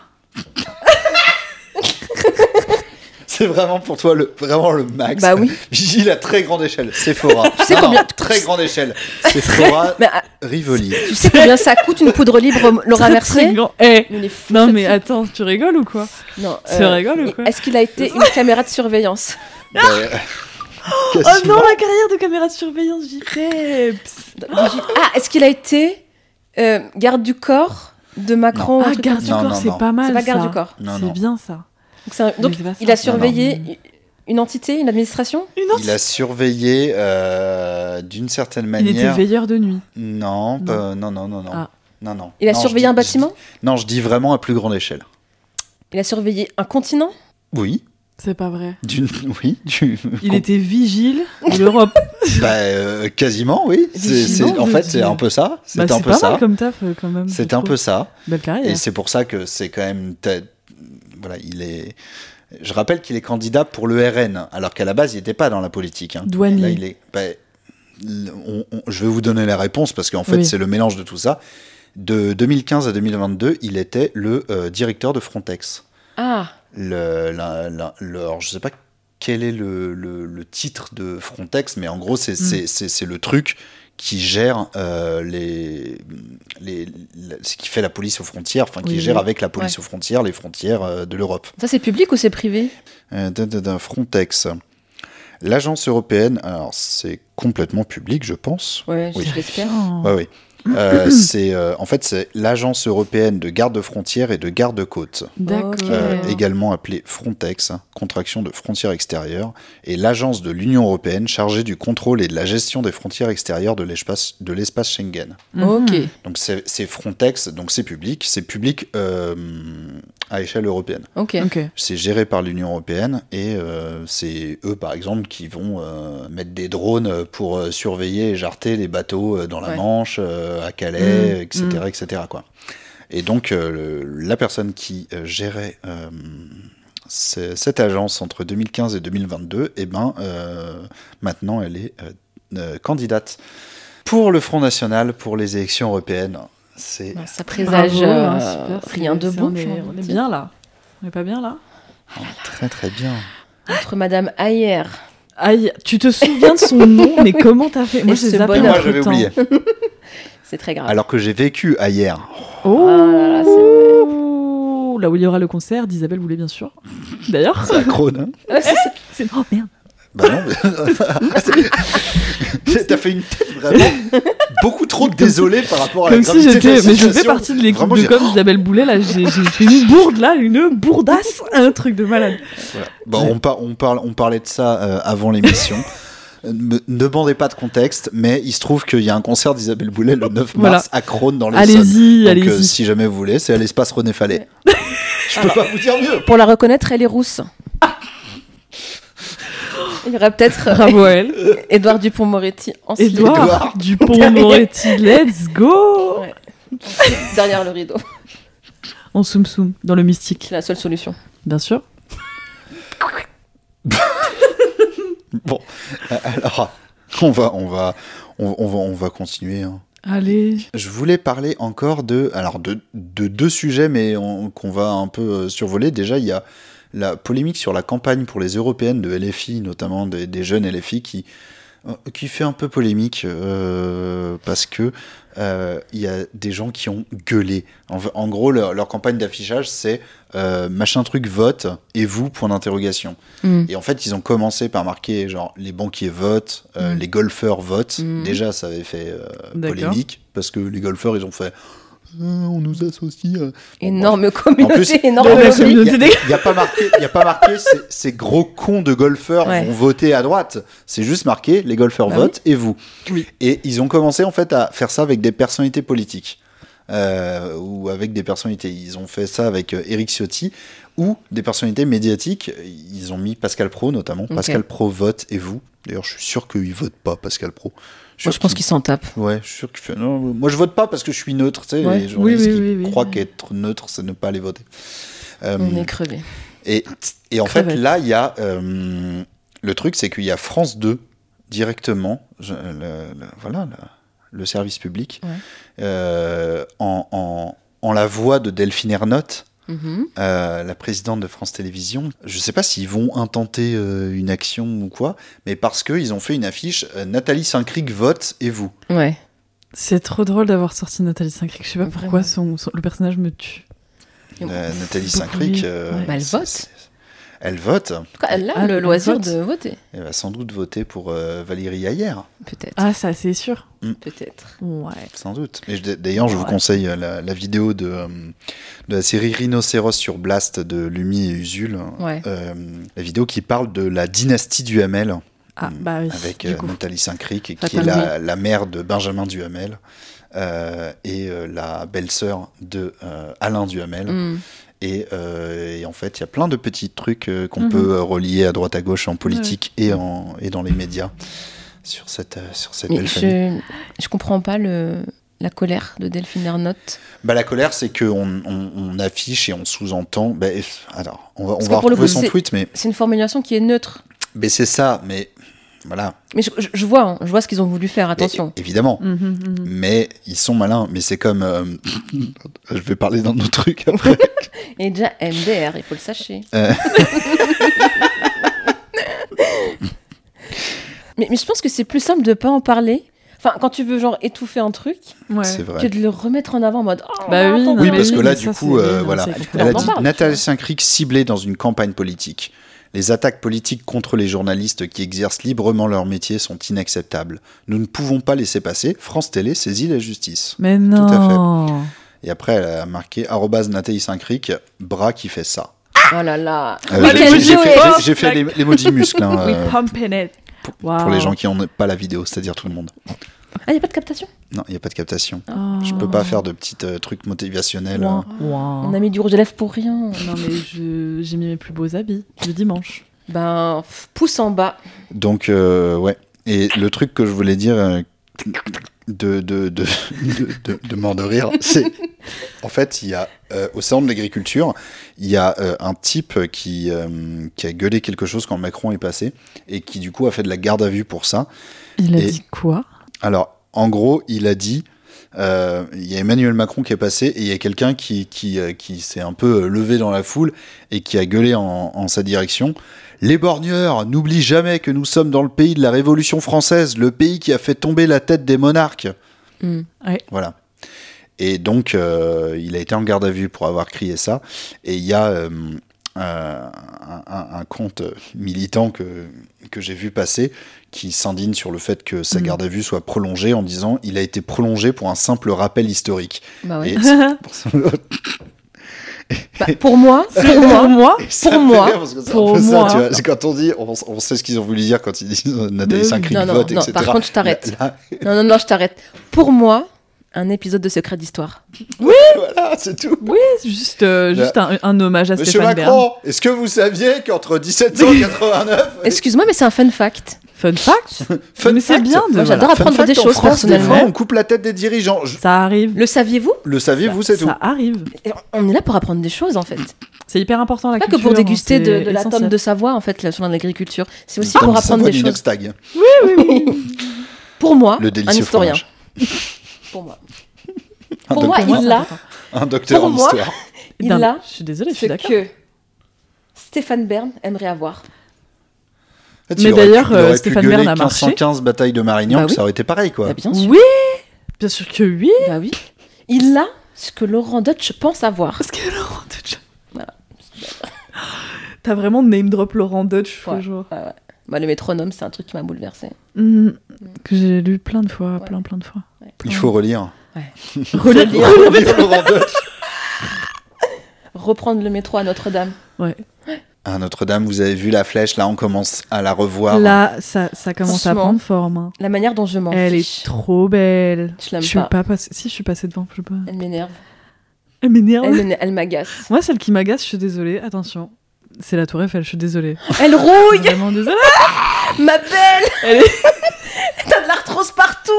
G: C'est vraiment pour toi le, vraiment le max.
I: Bah
G: <laughs>
I: oui.
G: Vigile à très grande échelle. Sephora.
I: Tu sais
G: Non, non,
I: combien-
G: Très grande échelle. Sephora
I: Mais ah,
H: <laughs>
G: Rivoli.
I: tu sais combien Eh ça coûte une poudre libre Laura
H: Très, très
I: Mercier
H: grand. Eh,
I: Mais on est fous,
H: Non
I: cette <laughs>
H: mais
I: fille.
H: attends, tu rigoles ou quoi
I: Non, euh,
H: tu rigoles ou
I: mais
H: quoi
I: Est-ce qu'il a été
H: <laughs>
I: une caméra de surveillance
G: Bah,
H: Oh
G: quasiment.
H: non, la carrière de caméra de surveillance, j'y peps
I: Ah, est-ce qu'il a été euh, garde du corps de Macron ou un
H: Ah,
I: truc
H: garde
I: comme
H: du
I: ça
G: Non,
H: corps,
G: non,
H: c'est
G: non.
H: pas mal.
I: Oh, C'est pas garde
H: ça.
I: du corps.
G: Non,
H: C'est
G: non.
H: bien ça.
I: Donc, c'est un- donc,
H: Mais c'est pas
I: il a
H: ça.
I: surveillé une entité, une administration
H: Une
G: Il a surveillé euh, d'une certaine
H: Il était
G: manière.
H: veilleur de nuit.
G: non, pas- non, non, non, non.
H: Ah.
G: Non, non.
I: Il a
G: Non, je
I: surveillé
G: dis-
I: un bâtiment
G: je dis- Non, je dis vraiment à plus grande échelle.
I: Il a surveillé un continent
G: Oui,
H: C'est pas vrai.
G: d'une, oui, du-
H: Il était vigile de l'Europe.
G: <laughs> bah, euh, quasiment, oui. C'est- c'est-
H: Vigilante,
G: en fait,
H: je
G: c'est
H: dirais.
G: un peu ça.
H: Bah,
G: C'est un
H: c'est
G: peu
H: pas mal
G: ça.
H: comme taf euh, quand même. je
G: C'est un
H: trouve.
G: peu ça.
H: Belle carrière.
G: Et c'est pour ça que c'est quand même. t'as- Voilà, il est. Je rappelle qu'il est candidat pour le RN, alors qu'à la base, il n'était pas dans la politique. hein.
H: Douanier.
G: Là, il est. ben, l- on- on- je vais vous donner la réponse parce qu'en fait,
H: Oui.
G: c'est le mélange de tout ça. De 2015 à 2022, il était le euh, directeur de Frontex.
I: Ah,
G: Le, la- la- le- alors, je ne sais pas quel est le, le- le titre de Frontex, mais en gros,
H: Mm.
G: c'est c'est- c'est- c'est le truc qui gère euh, les, les, la- ce qui fait la police aux frontières, enfin qui
H: Oui,
G: gère
H: oui.
G: avec la police aux frontières les frontières euh, de l'Europe.
I: ça c'est public ou c'est privé
G: Euh, da, da, da, Frontex, l'agence européenne, alors c'est complètement public, je pense.
I: Ouais,
G: Oui.
I: je l'espère.
H: Oh.
G: Ouais, oui.
H: <clears throat>
G: Euh, c'est euh, en fait c'est l'agence européenne de garde frontières et de garde côtes.
H: D'accord.
I: Ok.
G: Euh,
I: Claire.
G: également appelée Frontex, contraction de frontières extérieures, et l'agence de l'Union européenne chargée du contrôle et de la gestion des frontières extérieures de l'espace de l'espace Schengen.
H: Mhm.
I: Ok.
G: Donc c'est c'est Frontex, donc c'est public, c'est public euh, à échelle européenne.
I: Ok.
H: Ok.
G: C'est géré par l'Union européenne et euh, c'est eux par exemple qui vont euh, mettre des drones pour euh, surveiller et jarter les bateaux euh, dans la
I: Ouais.
G: Manche, euh, à Calais,
H: Mm,
G: etc.,
H: mm.
G: etc. Quoi. Et donc euh, le- la personne qui euh, gérait euh, ce- cette agence entre 2015 et 2022, eh ben euh, maintenant elle est euh, euh, candidate pour le Front National pour les élections européennes. C'est
I: Bah, ça
H: Bravo,
I: présage euh,
H: hein, super, c'est-
I: rien de
H: c'est-
I: bon.
H: On
I: j'ai
H: est,
I: envie
H: on
I: de
H: est
I: dire.
H: bien là. On est pas bien là
G: très très bien.
I: Entre Madame Ayer.
H: Aïe, tu te souviens
I: <laughs>
H: de son nom, mais comment t'as fait Moi,
I: Et
H: j'ai
I: ce
H: zappé
I: bonhomme.
G: Moi
H: entre
G: j'avais
H: temps.
G: oublié.
I: C'est très grave.
G: Alors que j'ai vécu à hier.
H: Oh
I: Ah là là,
H: là, où il y aura le concert d'Isabelle voulait bien sûr. <laughs> D'ailleurs,
G: C'est à Crone, hein
I: Ouais, Ah, c'est ça.
H: <laughs> c'est. Oh merde
G: Bah non.
H: <laughs>
G: mais- T'as fait une tête vraiment beaucoup trop désolée par rapport à Oh, la
H: Comme si
G: gravité de la
H: j'étais. Mais je fais
G: situation.
H: partie de l'équipe
G: Vraiment,
H: de
G: j'ai- <laughs> Oh,
H: com d'Isabelle Boulet, là, j'ai j'ai fait une bourde, là, une bourdasse, un truc de malade.
G: Bon, bah, on, par- on, parle, on parlait de ça euh, avant l'émission. Euh, Ne ne demandez pas de contexte, mais il se trouve qu'il y a un concert d'Isabelle Boulet le 9 mars à Crone dans les Yvelines.
H: Allez-y,
G: Donc, euh,
H: allez-y.
G: si jamais vous voulez, c'est à l'espace René Fallet. Je peux
H: <laughs>
G: pas vous dire mieux.
I: Pour la reconnaître, elle est rousse. Il y aurait peut-être euh,
H: Bravo à elle.
I: Édouard Dupont-Moretti en slip
H: Edouard
G: Édouard.
H: <laughs> Dupont Moretti, let's go
I: Ouais. derrière le rideau.
H: En soum soum, dans le mystique,
I: C'est la seule solution.
H: bien sûr.
G: Bon, euh, alors, on va, on va, on, on va, on va continuer. hein.
H: Allez.
G: Je voulais parler encore de, alors de, de deux sujets, mais on- qu'on va un peu euh, survoler. Déjà, il y a la polémique sur la campagne pour les européennes de LFI, notamment des, des jeunes LFI, qui, euh, qui fait un peu polémique euh, parce que euh, il y a des gens qui ont gueulé. En, en gros, leur, leur campagne d'affichage, c'est euh, machin truc vote et vous point d'interrogation.
I: Mm.
G: Et en fait, ils ont commencé par marquer genre les banquiers votent, euh,
I: Mm.
G: les golfeurs votent.
I: Mm.
G: Déjà, ça avait fait euh,
H: D'accord.
G: polémique parce que les golfeurs, ils ont fait Euh, on nous associe. euh. Bon,
I: Énorme
G: En plus,
I: communauté, énorme
G: bref.
H: la
I: lobby.
G: Il
H: communauté des-
G: n'y a, pas marqué, il y a pas marqué ces, ces gros cons de golfeurs
I: Ouais.
G: vont voter à droite. C'est juste marqué les golfeurs
I: Bah
G: votent et vous.
H: Oui.
G: Et ils ont commencé en fait à faire ça avec des personnalités politiques euh, ou avec des personnalités. Ils ont fait ça avec euh, Eric Ciotti ou des personnalités médiatiques. Ils ont mis Pascal Pro notamment. Pascal Pro vote et vous. D'ailleurs, je suis sûr qu'il vote pas Pascal Pro. suis sûr
I: Moi, je pense
G: qu'il-
I: qu'il s'en tape.
G: Ouais, je suis sûr qu'il fait. Non, moi, je vote pas parce que je suis neutre. Tu sais,
H: Ouais.
G: les journalistes
H: Oui, oui,
G: qui
H: oui, oui.
G: croient qu'être neutre, c'est ne pas aller voter. Euh,
I: On est crevé.
G: et, et en fait,
H: Crevette.
G: là, il y a. euh, le truc, c'est qu'il y a France 2 directement, je- le, le- voilà, le, le service public,
I: Ouais.
G: euh, en, en- en la voix de Delphine Ernotte,
I: Mhm.
G: euh, la présidente de France Télévisions. Je sais pas s'ils vont intenter euh, une action ou quoi, mais parce qu'ils ont fait une affiche euh, Nathalie Saint-Cric vote et vous.
I: Ouais.
H: C'est trop drôle d'avoir sorti Nathalie Saint-Cric. Je sais pas pourquoi
I: Vraiment.
H: son, son- le personnage me tue.
I: Et bon.
G: Euh, Nathalie
H: beaucoup
G: Saint-Cric.
H: mieux.
G: euh,
H: Ouais.
I: Bah, elle
G: c'est-
I: vote.
G: c'est- Elle vote.
I: En tout cas, elle a
H: Ah,
I: le
H: elle
I: loisir
H: vote.
I: de voter.
G: Elle va sans doute voter pour euh, Valérie Ayer.
I: Peut-être.
H: Ah, ça, c'est sûr.
I: Peut-être.
H: Ouais.
G: Sans doute. Et je- d'ailleurs, je vous
H: Ouais.
G: conseille euh, la, la vidéo de, euh, de la série Rhinocéros sur Blast de Lumi et Usul.
I: Ouais.
G: Euh, la vidéo qui parle de la dynastie Duhamel
H: Ah,
G: Mm.
H: bah oui.
G: avec
H: du
G: euh,
H: coup.
G: Nathalie Saint-Cric, qui est
I: Fatal
G: la, la mère de Benjamin Duhamel euh, et euh, la belle-sœur de euh, Alain Duhamel.
I: Mm.
G: Et, euh, et en fait, il y a plein de petits trucs euh, qu'on
H: Mhm.
G: peut euh, relier à droite à gauche en politique et, en, et dans les médias sur cette, euh, sur cette
I: Mais
G: belle famille.
I: je, je comprends pas le, la colère de Delphine Ernotte.
G: Bah, la colère, c'est qu'on on, on affiche et on sous-entend. Bah, eff- alors, on va, on
I: Parce
G: va
I: que pour le
G: retrouver
I: coup,
G: son
I: c'est-
G: tweet, mais,
I: C'est une formulation qui est neutre.
G: mais c'est ça. Mais voilà.
I: Mais je, je- je vois, hein, je vois ce qu'ils ont voulu faire,
G: Mais
I: attention.
G: évidemment.
H: Mhm, mhm.
G: Mais ils sont malins. Mais c'est comme. euh, <laughs> je vais parler d'un autre
I: <laughs>
G: truc après.
I: Et déjà, MDR, il faut le sachez.
G: Euh.
I: <laughs> mais, mais je pense que c'est plus simple de pas en parler. Enfin, quand tu veux genre étouffer un truc,
H: Ouais.
G: C'est
I: que
G: vrai.
I: de le remettre en avant en mode. Oh,
H: Bah oui,
I: attends,
H: non,
G: Oui,
H: mais
G: parce que là,
H: mais
G: du
H: ça,
G: coup,
H: c'est-
G: euh,
H: non,
G: voilà.
H: c'est
G: Elle a
I: On en
G: dit
I: parle, tu
G: Nathalie
I: vois.
G: Saint-Cric ciblée dans une campagne politique. Les attaques politiques contre les journalistes qui exercent librement leur métier sont inacceptables. Nous ne pouvons pas laisser passer. France Télé saisit la justice.
H: Mais
G: à
H: non.
G: fait. Et après, elle a marqué arrobase Nathalie Saint-Cric, bras qui fait ça.
I: Oh là là.
G: Euh,
I: Mais
G: j'ai-
I: quel
G: J'ai
I: jouet.
G: fait, j'ai- j'ai fait les- l'emoji muscle hein, euh,
H: <laughs> We pumping it.
G: pour
H: Ah.
G: les gens qui n'ont pas la vidéo, c'est-à-dire tout le monde.
I: Ah, il n'y a pas de captation
G: Non, il n'y a pas de captation.
H: Ah.
G: Je peux pas faire de petits euh, trucs motivationnels. hein.
I: On a mis du rouge à lèvres pour rien.
H: Non, mais je- j'ai mis mes plus beaux habits le dimanche.
I: Ben, pff, pouce en bas.
G: Donc, euh, ouais. Et le truc que je voulais dire euh, de, de, de, de, de, de mort de rire, c'est. En fait, il y a, euh, au salon de l'agriculture, il y a euh, un type qui, euh, qui a gueulé quelque chose quand Macron est passé et qui, du coup, a fait de la garde à vue pour ça.
H: Il a
G: Et-
H: dit <laughs> quoi
G: Alors, en gros, il a dit. euh, Il y a Emmanuel Macron qui est passé et il y a quelqu'un qui, qui, euh, qui s'est un peu euh, levé dans la foule et qui a gueulé en, en sa direction. Les borgneurs, n'oublie jamais que nous sommes dans le pays de la Révolution française, le pays qui a fait tomber la tête des monarques.
I: Hmm.
G: Voilà. Et donc, euh, il a été en garde à vue pour avoir crié ça. Et il y a euh, euh, un, un- un compte militant que, que j'ai vu passer qui s'indigne sur le fait que sa
I: Mm.
H: Mhm.
G: garde à vue soit prolongée en disant il a été prolongé pour un simple rappel historique.
I: Bah ouais.
G: Et
I: Bah, pour moi, pour
H: Pour
I: moi,
H: moi
G: <laughs> Ça
I: Pour
G: me fait
I: moi.
G: rire parce que c'est un
H: Pour
G: peu ça,
H: moi.
G: tu vois. C'est quand on dit, on, on sait ce qu'ils ont voulu dire quand ils disent euh, Nathalie
H: Mais oui.
G: Saint-Cric
I: Non, non,
G: vote,
I: non,
G: etc.
I: par contre, je t'arrête.
G: Là- là,
I: non, non, non, je t'arrête. Pour moi, un épisode de Secret d'Histoire.
G: voilà, c'est tout.
H: Juste, euh, juste un, un hommage
I: Ah,
H: à
G: Monsieur
H: Stéphane Bern.
G: Macron, est-ce que vous saviez qu'entre
I: <laughs>
G: 1789
I: Excuse-moi, mais c'est un fun fact.
H: Fun fact
G: <laughs> Fun
H: Mais c'est
G: fact.
H: bien de.
I: Moi, j'adore
G: Fun
I: apprendre
G: fact,
I: des
G: en
I: choses
G: France, des fois,
I: personnellement.
G: on coupe la tête des dirigeants. Je-
H: Ça arrive.
I: Le saviez-vous
G: Le saviez-vous, c'est tout.
H: Ça arrive.
I: Et on est là pour apprendre des choses en fait.
H: C'est hyper important la
I: Pas
H: Ah, culture.
I: que pour déguster
H: hein,
I: de,
H: c'est
I: de la
H: essentiel.
I: tome de Savoie en fait, là, sur l'agriculture. C'est aussi pour
G: Tom
I: apprendre
G: Savoie
I: des
G: du
I: choses.
G: Nextag.
I: Pour moi,
G: Le
I: un
G: délicieux
I: historien.
G: fromage. Ah,
I: Pour moi,
G: Un
I: pour
G: docteur-
I: moi il l'a.
G: Un docteur
I: pour
G: en
I: moi,
G: histoire.
I: Il
H: D'un-
I: l'a.
H: Eh ben, Je suis désolée, je
I: Ce
H: suis d'accord.
I: que Stéphane Bern aimerait avoir.
G: Ah,
H: Mais
G: il aurait pu-
H: d'ailleurs,
G: il aurait
H: euh,
G: pu
H: Stéphane
G: gueuler
H: Bern a marché.
G: 1515 bataille de Marignan,
I: Bah
G: que ça aurait été pareil, quoi.
I: Bah, bien sûr.
H: Oui Bien sûr que oui
I: Bah oui. Il a ce que Laurent Dutch pense avoir.
H: Parce que Laurent Dutch.
I: Voilà.
H: <laughs> T'as vraiment name drop Laurent Dutch
I: Ouais.
H: le jour.
I: Ouais, ouais. Bah, le métronome, c'est un truc qui m'a bouleversé.
H: Mhm. Que j'ai lu plein de fois,
I: Ouais.
H: plein plein
I: <laughs>
H: de fois.
G: Il faut relire.
H: <laughs> Relais-
G: Relire Laurent Deutsch.
I: Reprendre le métro à Notre-Dame.
H: Ouais.
G: Ah, Notre-Dame, vous avez vu la flèche, là on commence à la revoir.
H: Là, ça, ça commence à
I: Franchement,
H: prendre forme. hein.
I: La manière dont je m'en
H: Elle est
I: fiche.
H: trop belle.
I: Je l'aime
H: suis
I: pas.
H: pas. Ah passée- Si, je suis passée devant. Je peux pas.
I: Elle m'énerve.
H: Elle m'énerve.
I: Elle m'énerve- Elle m'agace.
H: Moi, celle qui m'agace, je suis désolée. Attention. C'est la Tour Eiffel, je suis
I: <laughs>
H: désolée.
I: Elle rouille
H: Vraiment désolée.
I: Ma belle
H: Elle
I: <laughs> T'as de l'arthrose partout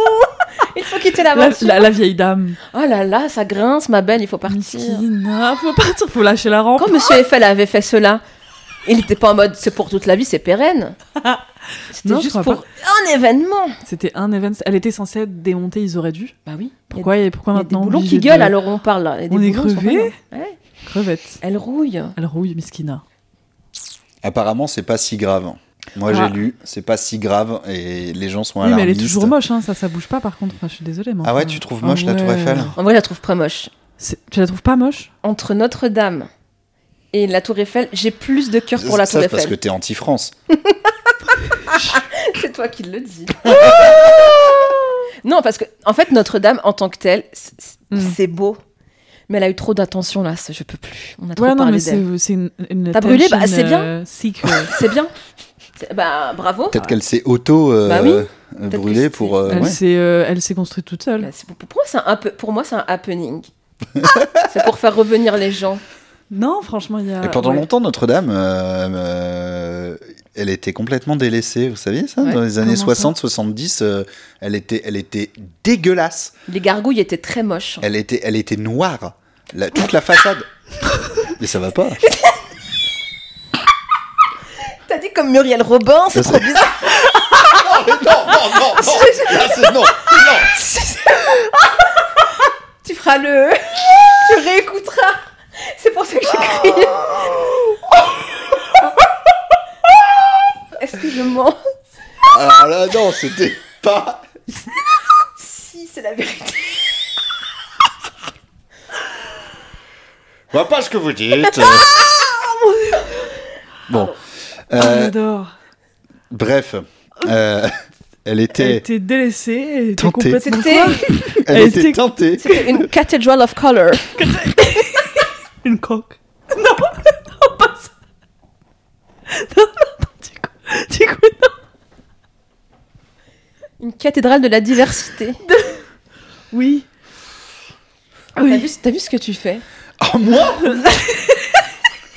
I: Il faut quitter la
H: La,
I: voiture.
H: la- la vieille dame.
I: Oh là là, ça grince, ma belle, il faut partir.
H: Miskina, faut partir, faut lâcher la rampe.
I: Quand Monsieur Eiffel avait fait cela, il n'était pas en mode c'est pour toute la vie, c'est
H: <laughs>
I: pérenne.
H: Non,
I: C'était
H: je
I: juste
H: crois
I: pour un événement.
H: C'était un event. Elle était censée être démontée, ils auraient dû.
I: Bah oui.
H: Pourquoi, et pourquoi
I: Il y a, des
H: maintenant
I: boulons qui
H: obligé de-
I: gueulent, alors on parle là. Il y a des
H: On est
I: boulons qui sont
H: crevés.
I: pas là. Ouais.
H: Crevette.
I: Elle rouille.
H: Elle rouille, Miskina.
G: Apparemment, c'est pas si grave. Moi,
H: Ah.
G: j'ai lu, c'est pas si grave et les gens sont
H: Oui, mais elle est
G: alarmistes.
H: toujours moche, hein, ça, ça bouge pas par contre. Enfin, je suis désolée. mais
G: Ah
H: enfin-
G: ouais, tu trouves moche la Tour
H: ouais.
G: Eiffel
I: En vrai, je la trouve très moche.
H: C'est- Tu la trouves pas moche
I: Entre Notre-Dame et la Tour Eiffel. J'ai plus de cœur pour la
G: Ça,
I: Tour
G: c'est parce que
I: Eiffel.
G: t'es anti-France.
I: <laughs> C'est toi qui le dis. non, parce que en fait Notre-Dame en tant que telle, c'est- c'est
H: Mm.
I: c'est beau, mais elle a eu trop d'attention là. c'est- Je peux plus. On a trop
H: Ouais, non,
I: parlé
H: mais
I: d'elle.
H: c'est c'est une. une
I: T'as brûlé,
H: attention,
I: bah, c'est bien.
G: <laughs>
H: euh, secret.
I: C'est bien. C'est- Bah bravo.
H: Ah.
G: Peut-être qu'elle s'est auto euh,
I: Bah oui.
G: euh,
I: que
G: brûlée
I: c'est-
G: pour. euh,
H: Elle
G: ouais.
H: s'est euh, elle s'est construite toute seule.
I: Bah, c'est pour, pour moi, c'est un happe- pour moi, c'est un happening. <laughs> c'est pour faire revenir les gens.
H: Non, franchement, il y a.
G: Et pendant
H: euh, ouais.
G: longtemps, Notre-Dame, euh, euh, elle était complètement délaissée. Vous saviez ça
I: Ouais,
G: Dans les années
H: comment ça
G: 60-70, elle, était, elle était dégueulasse.
I: Les gargouilles étaient très moches.
G: Elle était, elle était noire. La- toute la <laughs> façade. Mais ça va pas.
I: T'as dit comme Muriel Robin, c'est
G: Ça,
I: trop bizarre.
G: non, non,
I: <laughs>
G: non, non. Là, c'est- non, non.
I: tu feras <laughs> le. tu réécouteras. C'est pour ça que j'ai crié. Est-ce que je mens
G: Alors là, non, c'était pas.
I: Si, c'est la vérité.
G: Je vois pas ce que vous dites. bon.
I: Oh,
H: Ah,
G: Euh,
H: j'adore.
G: bref. Euh, elle
H: Elle
G: était,
H: était délaissée. Elle était
G: Tentée.
H: complètement
I: C'était
G: elle
H: elle
G: était
H: était-
G: tentée.
I: c'était une cathedral of color.
H: <laughs> une coque. <laughs> Non, non, pas ça. Non, non, non, du coup, du coup,
I: Une cathédrale de la diversité.
H: oui.
I: T'as,
H: Oui.
I: vu, t'as vu ce que tu fais
G: Ah,
I: <laughs>
G: moi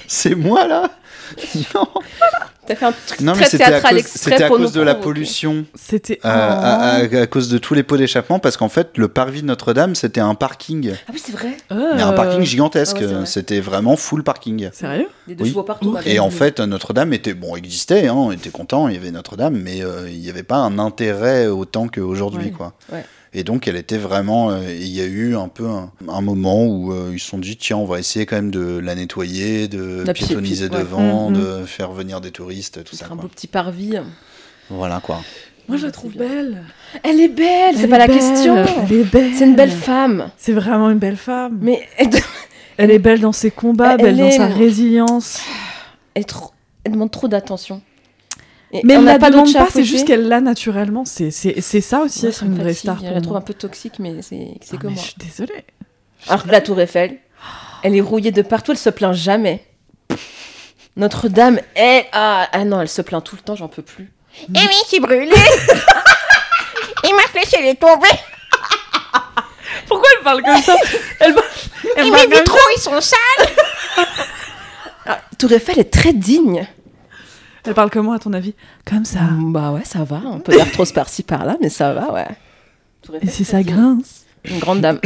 G: C'est moi, là Non,
I: T'as fait un truc
G: non mais
I: très
G: c'était à
I: théâtral
G: cause,
I: exprès
G: c'était à
I: pour
G: cause de
I: nous
G: la
I: provoquer.
G: pollution,
H: C'était.
G: euh, à,
I: Oh.
G: à- à cause de tous les pots d'échappement, parce qu'en fait, le parvis de Notre-Dame, c'était un parking.
I: Ah oui, c'est vrai.
G: Mais un parking gigantesque.
I: ah ouais, c'est vrai.
G: c'était vraiment full parking.
H: Euh, Sérieux
I: Des deux
G: Oui.
I: chevaux partout. bah, avec
G: Et en
I: nous.
G: fait, Notre-Dame était bon, existait, hein, on était content, il y avait Notre-Dame, mais euh, il n'y avait pas un intérêt autant qu'aujourd'hui,
H: Ouais,
G: quoi.
I: ouais.
G: Et donc, elle était vraiment. euh, Il y a eu un peu un, un moment où euh, ils se sont dit tiens, on va essayer quand même de la nettoyer, de
I: La pi-
G: piétoniser
I: pi- ouais.
G: devant,
H: Mm,
G: de faire venir des touristes, tout ça.
I: un
G: quoi.
I: beau petit parvis.
G: Voilà quoi.
H: Moi, je la trouve belle.
I: Elle est belle, c'est
H: Elle
I: pas
H: est
I: la
H: belle,
I: question.
H: Elle est belle.
I: C'est une belle femme.
H: C'est vraiment une belle femme.
I: Mais
H: Elle est belle dans ses combats,
I: Elle
H: belle dans
I: est-
H: sa résilience.
I: elle, trop- elle demande trop d'attention. Et
H: Mais
I: on
H: elle
I: n'a
H: la
I: d'autre
H: demande
I: chat à
H: pas, c'est
I: fouetter.
H: juste qu'elle l'a naturellement. C'est c'est- c'est ça aussi,
I: Moi,
H: être
I: ça me
H: une vraie
I: fatigue,
H: star
I: Je
H: pour
I: la trouve
H: moi.
I: un peu toxique, mais c'est c'est
H: Ah,
I: que
H: mais
I: moi.
H: Je suis désolée.
I: Alors que la Tour Eiffel, elle est rouillée de partout, elle se plaint jamais. Notre-Dame, elle. Ah, ah non, elle se plaint tout le temps, j'en peux plus.
K: Eh oui, j'ai <laughs> brûlé. Et ma flèche, elle est tombée.
H: Pourquoi elle parle comme ça Elle parle,
K: Et
H: elle
K: mes
H: parle comme
K: vitraux, ils sont sales.
I: Ah, Tour Eiffel est très digne.
H: Elle parle comment, à ton avis Comme ça.
I: Mm, Bah ouais, ça va. On peut dire trop par-ci par-là, mais ça va, ouais. Tour
H: Et
I: Eiffel,
H: si
I: très
H: ça
I: digne.
H: grince
I: Une grande dame.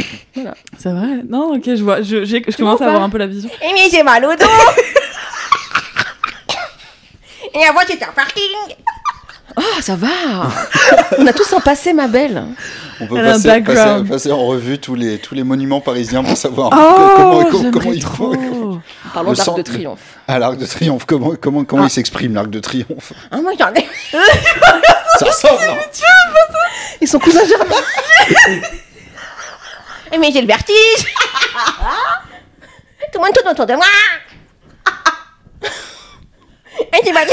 H: C'est vrai Non, ok, je vois. Je, j'ai- je
I: vois
H: commence à
I: pas
H: avoir un peu
I: <laughs>
H: la vision.
K: Et mais j'ai mal au dos. Et avant, j'étais en parking.
I: Ah, ça va On a tous en passé, ma belle.
G: On peut
H: Elle a un
G: passer,
H: background.
G: passer- passer en revue tous les, tous les monuments parisiens pour savoir
H: <laughs> Oh,
G: comment, comment, comment
H: j'aimerais
G: ils
H: trop.
G: font. <laughs>
I: Parlons
G: Le
I: d'Arc de
G: centre.
I: Triomphe.
G: À l'Arc de Triomphe, comment, comment,
H: Ah.
G: comment il s'exprime l'Arc de
H: <laughs>
G: Triomphe
I: Ah,
K: Hein,
I: moi, j'en ai-
H: Ah,
G: Ça ressemble hein
I: Ils sont cousins germains.
K: Et Eh, mais j'ai le vertige. Tout le monde tourne autour de moi. Et j'ai mal.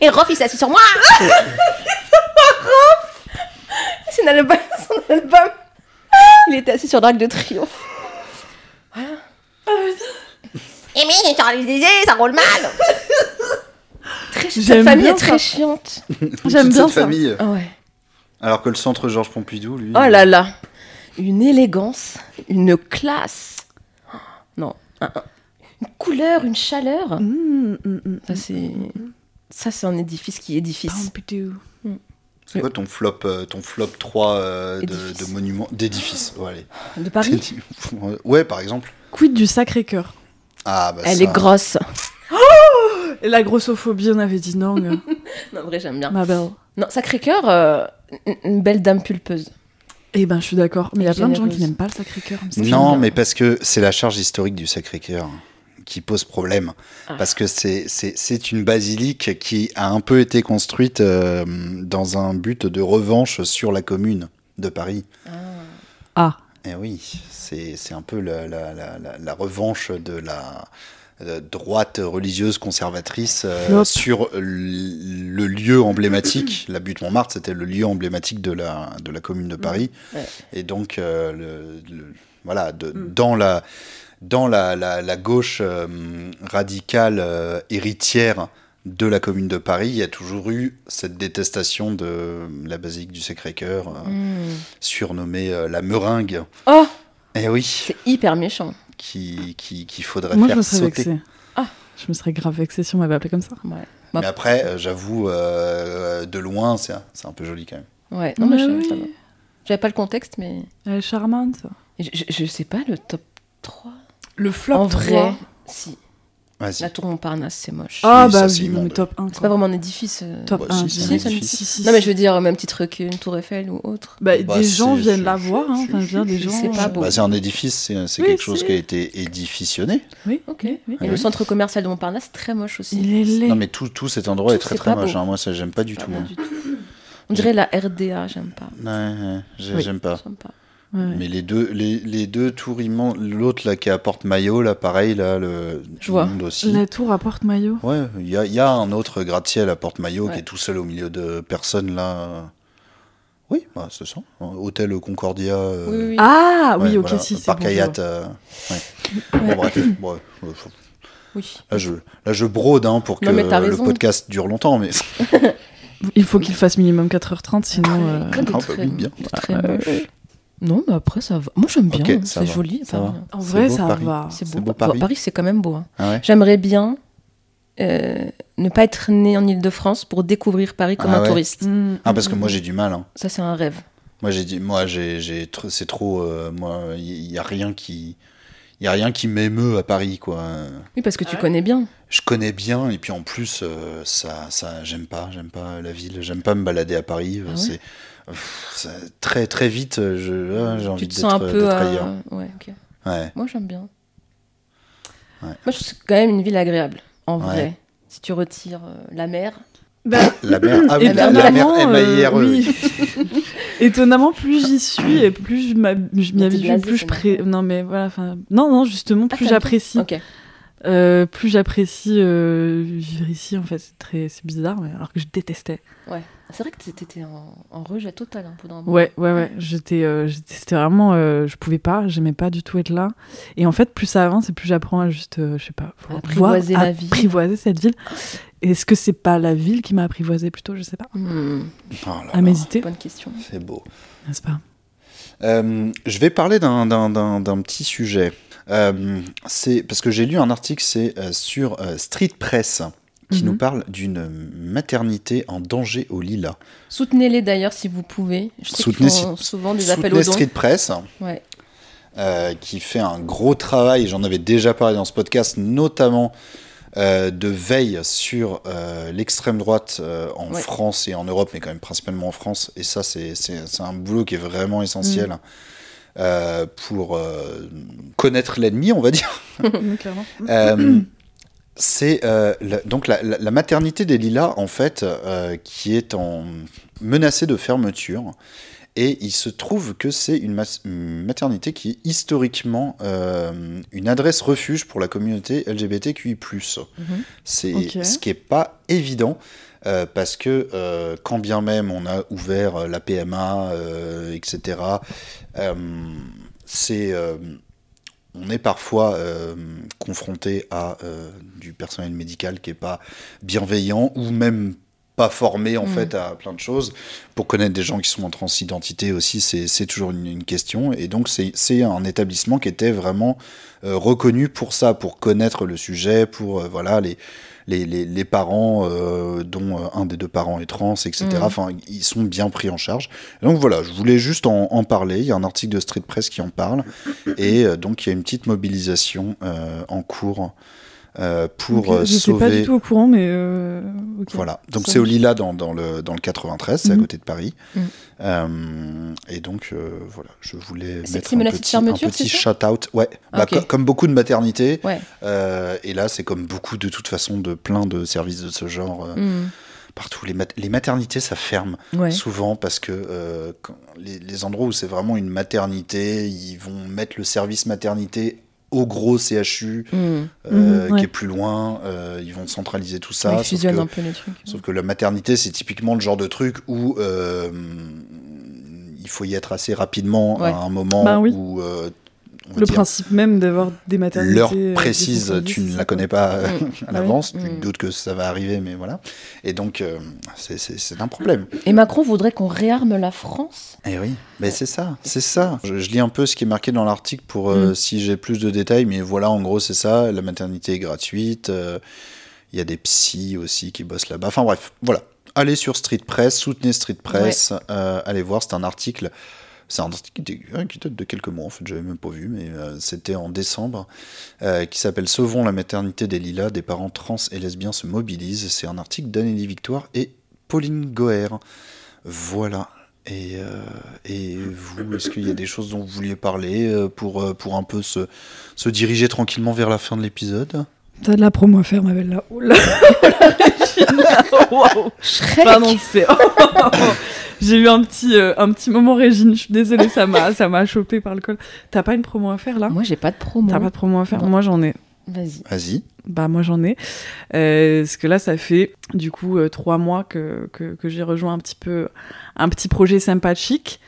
K: Et Rof, il s'est assis sur moi.
I: C'est un album- son album. Il était assis sur l'Arc de Triomphe.
K: Et Eh, mais j'ai Champs-Élysées, ça roule mal.
I: Très chiante.
H: J'aime
I: Cette famille
H: bien
I: est très
H: ça.
I: chiante.
H: J'aime
G: Toute
H: bien
G: cette
H: ça.
G: famille.
I: Ah ouais.
G: Alors que le centre Georges Pompidou, lui.
I: Oh là là. Une élégance, une classe. Non. un- un- Une couleur, une chaleur.
H: Mm, mm, mm.
I: Ça, c'est. Ça, c'est un édifice qui édifice.
H: Pompidou.
G: C'est quoi ton flop, euh, ton flop 3 euh, de,
I: Édifice.
G: de monuments d'édifices ouais, allez.
I: De Paris.
G: <laughs> ouais, par exemple.
H: Quid du Sacré-Cœur
G: Ah, bah
I: Elle
G: ça.
I: est grosse.
H: Et La grossophobie, on avait dit non, euh,
I: <laughs> Non, en vrai, j'aime bien.
H: ma belle.
I: Non, Sacré-Cœur, euh, une- une belle dame pulpeuse.
H: Eh ben, je suis d'accord. Mais il y a plein de gens qui
I: Généreuse.
H: n'aiment pas le Sacré-Cœur. il me semble.
G: Non,
I: bien.
G: mais parce que c'est la charge historique du Sacré-Cœur qui pose problème.
I: Ah.
G: Parce que c'est- c'est c'est une basilique qui a un peu été construite euh, dans un but de revanche sur la commune de Paris.
I: Ah.
H: Ah,
G: Eh oui, c'est c'est un peu la, la- la- la- la revanche de la euh, droite religieuse conservatrice euh,
H: Flop.
G: sur l- le lieu emblématique. la butte Montmartre, c'était le lieu emblématique de la, de la commune de Paris.
I: Ouais.
G: Et donc, euh, le- le- voilà, de- dans la dans la, la- la gauche euh, radicale euh, héritière de la commune de Paris, il y a toujours eu cette détestation de la basilique du Sacré-Cœur, euh,
I: Hmm.
G: surnommée euh, la meringue.
I: Oh,
G: Eh oui,
I: c'est hyper méchant.
G: qui qui- qu'il faudrait
H: Moi, je
G: faire
H: me serais
G: sauter.
H: vexée.
I: Ah.
H: Je me serais grave vexée si on m'avait appelé comme ça.
I: Ouais.
G: Mais après, euh, j'avoue, euh, de loin, c'est un- c'est un peu joli quand même.
I: Ouais, non, mais,
H: Mais
I: je
H: Bah Ah oui.
I: ça va. J'avais pas le contexte, mais.
H: Elle est charmante.
I: Je, je- je sais pas, le top 3.
H: Le flop
I: en vrai, si.
G: Vas-y.
I: La tour Montparnasse, c'est moche.
H: Ah
G: Oui, ça,
H: bah
G: c'est
H: oui, non, mais
G: immonde.
H: top 1.
I: C'est pas vraiment un édifice. euh,
H: Top
G: Bah,
H: 1.
G: si,
I: si, si,
H: si,
I: si,
H: si, si.
I: Non, mais je veux dire, même titre qu'une tour Eiffel ou autre.
H: Bah,
G: Bah,
H: des
G: c'est-
H: gens viennent
G: c'est-
H: la voir, hein. enfin, je veux dire, des gens.
I: C'est pas
H: euh,
I: beau.
G: Bah, c'est un édifice, c'est c'est
H: Oui,
G: quelque chose
H: c'est-
G: qui a été édificionné.
H: Oui,
I: Ok.
H: oui.
I: Et le centre commercial de Montparnasse, c'est très moche aussi.
H: Bah, Il est laid.
G: Non, mais tout, tout cet endroit
I: Tout,
G: est très
I: c'est
G: très
I: pas
G: moche.
I: beau. bah,
G: hein. Moi, ça, j'aime pas du
I: Ah, Pas
G: tout.
I: bon
G: hein.
I: du tout. On dirait la RDA, j'aime pas.
G: Ouais, ouais, j'ai-
H: Oui.
G: j'aime pas.
I: J'aime pas.
H: Ouais, ouais.
G: Mais les deux, les, les deux tours immenses, l'autre là qui apporte maillot, là pareil, là le
I: Je vois.
G: immonde aussi.
H: La tour à porte-maillot.
G: Ouais, il y a, il y a un autre gratte-ciel à porte maillot
I: Ouais.
G: qui est tout seul au milieu de personnes là. Oui, bah, c'est ça. Hôtel Concordia. euh,
I: Oui, oui, oui.
H: Ah
G: ouais,
H: oui, ok,
G: voilà,
H: si, c'est
G: Parc
H: bon, je
G: Hayat.
H: vois.
G: euh,
I: Ouais.
G: bon, bref, bon, ouais, faut-
I: oui.
G: Là je, là, je brode hein, pour que
I: Non, mais t'as
G: le
I: raison.
G: podcast dure longtemps, mais
H: Il faut qu'il fasse minimum 4h30, sinon.
I: Ouais,
H: euh,
I: que des
G: Ah, bah
I: très-
G: oui, bien.
I: des très moches. Non, mais après, ça va. Moi, j'aime bien.
G: Ok,
I: hein.
G: ça
I: c'est
G: va,
I: joli.
G: ça
I: Paris.
G: va.
H: En
G: C'est
H: vrai,
G: beau,
H: ça
G: Paris.
H: va.
I: C'est
G: C'est
I: beau.
G: beau,
I: Bah,
G: Paris.
I: Paris, c'est quand même beau. hein.
G: Ah ouais.
I: J'aimerais bien euh, ne pas être né en Ile-de-France pour découvrir Paris comme
G: Ah
I: un
G: ouais.
I: touriste.
H: Mm,
G: Ah, parce que
H: mm,
G: moi j'ai du mal. hein.
I: Ça, c'est un rêve.
G: Moi j'ai dit, moi j'ai, j'ai tr- c'est trop. euh, moi, il y a rien qui, il y a rien qui m'émeut à Paris quoi.
I: Oui, parce que tu connais bien.
G: Je connais bien et puis en plus euh, ça, ça, j'aime pas, j'aime pas la ville, j'aime pas me balader à Paris. euh,
I: Ah ouais
G: c'est pff, ça- très très vite. euh, Je, ah, j'ai envie
I: tu te
G: d'être,
I: sens un peu.
G: d'être
I: euh,
G: ailleurs.
I: ouais, ok. <clears throat>
G: Ouais.
I: Moi, j'aime bien.
G: Ouais.
I: Moi, je trouve que c'est quand même une ville agréable, en
G: Ouais.
I: vrai. Si tu retires euh, la mer,
H: Bah,
G: La mer, ah oui, la, la mer
H: Étonnamment, euh,
G: M-A-I-R-E, oui.
H: oui. Étonnamment, plus j'y suis et plus je m'a- je m'y
I: T'es
H: habitue,
I: blasé,
H: plus je
I: quand
H: pré... Non, mais voilà. enfin, Non, non, justement,
I: Ah,
H: plus
I: t'aimes
H: j'apprécie.
I: ok.
H: euh, plus j'apprécie euh, vivre ici, en fait. C'est très... c'est bizarre, mais... alors que je détestais.
I: Ouais. C'est vrai que t'étais- t'étais en, en rejet total hein, pendant un moment.
H: Ouais, ouais, ouais. J'étais, euh, j'étais- c'était vraiment, euh, je pouvais pas, j'aimais pas du tout être là. Et en fait, plus ça avance, et plus j'apprends à juste, euh, je sais pas, voir-
I: Apprivoiser la ville.
H: apprivoiser cette ville. Est-ce que c'est pas la ville qui m'a apprivoisée plutôt, je sais pas.
I: Hmm,
G: <laughs> Oh là
H: À
G: là,
H: méditer,
I: bonne question.
G: c'est beau.
H: n'est-ce pas
G: Euh, je vais parler d'un- d'un d'un- d'un petit sujet. Euh, c'est- parce que j'ai lu un article, c'est euh, sur euh, Street Press, qui
H: Mhm.
G: nous parle d'une maternité en danger au Lila.
I: Soutenez-les d'ailleurs si vous pouvez. Je sais qu'ils
G: Soutenez
I: font
G: si-
I: souvent des
G: Soutenez
I: appels aux dons.
G: Street Press,
I: Ouais.
G: euh, qui fait un gros travail, j'en avais déjà parlé dans ce podcast, notamment euh, de veille sur euh, l'extrême droite euh, en
I: Ouais.
G: France et en Europe, mais quand même principalement en France. Et ça, c'est c'est- c'est un boulot qui est vraiment essentiel. euh, pour euh, connaître l'ennemi, on va dire. Euh, <clears throat> c'est euh, la- donc la, la- la maternité des Lilas, en fait, euh, qui est en menacée de fermeture. Et il se trouve que c'est une, mas- une maternité qui est historiquement euh, une adresse refuge pour la communauté LGBTQI. C'est
H: Ok.
G: ce qui n'est pas évident. euh, parce que euh, quand bien même on a ouvert euh, la PMA, euh, etc., euh, c'est euh, on est parfois euh, confronté à euh, du personnel médical qui n'est pas bienveillant ou même pas formé en
I: Mhm.
G: fait à plein de choses. Pour connaître des gens qui sont en transidentité aussi, c'est c'est toujours une, une question. Et donc c'est- c'est un établissement qui était vraiment euh, reconnu pour ça, pour connaître le sujet, pour euh, voilà les, les, les, les parents euh, dont euh, un des deux parents est trans, etc.
H: Mm.
I: Mhm.
G: Enfin, ils sont bien pris en charge. Donc voilà, je voulais juste en, en parler. Il y a un article de Street Press qui en parle. Et euh, donc, il y a une petite mobilisation euh, en cours euh, pour
H: Ok,
G: euh,
H: je sais
G: sauver.
H: pas du tout au courant, mais euh, ok.
G: Voilà. Donc,
H: Ça
G: c'est au
H: marche.
G: Lila dans, dans le, dans le 93, c'est à
H: Mhm.
G: côté de Paris.
I: Mhm.
G: Euh, et donc, euh, voilà, je voulais
I: C'est-
G: mettre
I: c'est
G: un
I: menacé de
G: petit,
I: fermeture,
G: un petit
I: c'est
G: shout-out. Ouais,
I: Ah,
G: Bah,
I: ok.
G: co- comme beaucoup de maternités.
I: Ouais.
G: Euh, et là, c'est comme beaucoup, de toute façon, de plein de services de ce genre. euh,
I: Hmm.
G: partout. Les, mat- les maternités, ça ferme
I: Ouais.
G: souvent parce que euh, quand- les, les endroits où c'est vraiment une maternité, ils vont mettre le service maternité au gros CHU
I: Mm.
G: euh,
H: Mhm, ouais.
G: qui est plus loin. euh, ils vont centraliser tout
I: Ouais,
G: ça.
I: ils
G: sauf
I: fusionnent
G: que-
I: un peu les trucs.
G: Sauf que la maternité, c'est typiquement le genre de truc où euh, il faut y être assez rapidement
I: Ouais.
G: à un moment
H: Ben oui.
G: où euh, on va
H: Le
G: dire,
H: principe même d'avoir des maternités.
G: l'heure
H: euh, des
G: précise,
H: services,
G: tu ne
H: c'est
G: la
H: ça.
G: connais pas euh, <laughs>
I: Mm.
G: à
H: Bah oui.
G: l'avance, tu
I: Mm.
G: doutes que ça va arriver, mais voilà. Et donc, euh, c'est- c'est c'est un problème.
I: Et Macron voudrait qu'on réarme la France
G: Et Eh oui, mais c'est ça, c'est ça. Je, je lis un peu ce qui est marqué dans l'article pour euh, si j'ai plus de détails, mais voilà, en gros, c'est ça. La maternité est gratuite. euh, Il y a des psys aussi qui bossent là-bas. Enfin bref, voilà. Allez sur Street Press, soutenez Street Press, euh, allez voir, c'est un article. C'est un article qui dé- euh, qui date de quelques mois, en fait, j'avais même pas vu, mais euh, c'était en décembre, euh, qui s'appelle Sauvons la maternité des Lilas, des parents trans et lesbiens se mobilisent. C'est un article d'Anneli Victoire et Pauline Goer. Voilà. Et, euh, et vous, est-ce qu'il y a des choses dont vous vouliez parler euh, pour, euh, pour un peu se, se diriger tranquillement vers la fin de l'épisode
H: T'as de la promo à faire, ma belle là.
G: <laughs>
H: Oh là <laughs> Waouh.
I: Shrek
H: Pardon, c'est. <laughs> J'ai eu un petit, euh, un petit moment Régine. Je suis désolée, ça m'a, ça m'a chopé par le col. T'as pas une promo à faire là
I: Moi, j'ai pas de promo.
H: hein. T'as pas de promo à faire
I: Non.
H: Moi, j'en ai.
I: Vas-y.
G: Vas-y.
H: Bah moi j'en ai. Euh, parce que là ça fait du coup euh, trois mois que, que, que j'ai rejoint un petit peu un petit projet sympathique.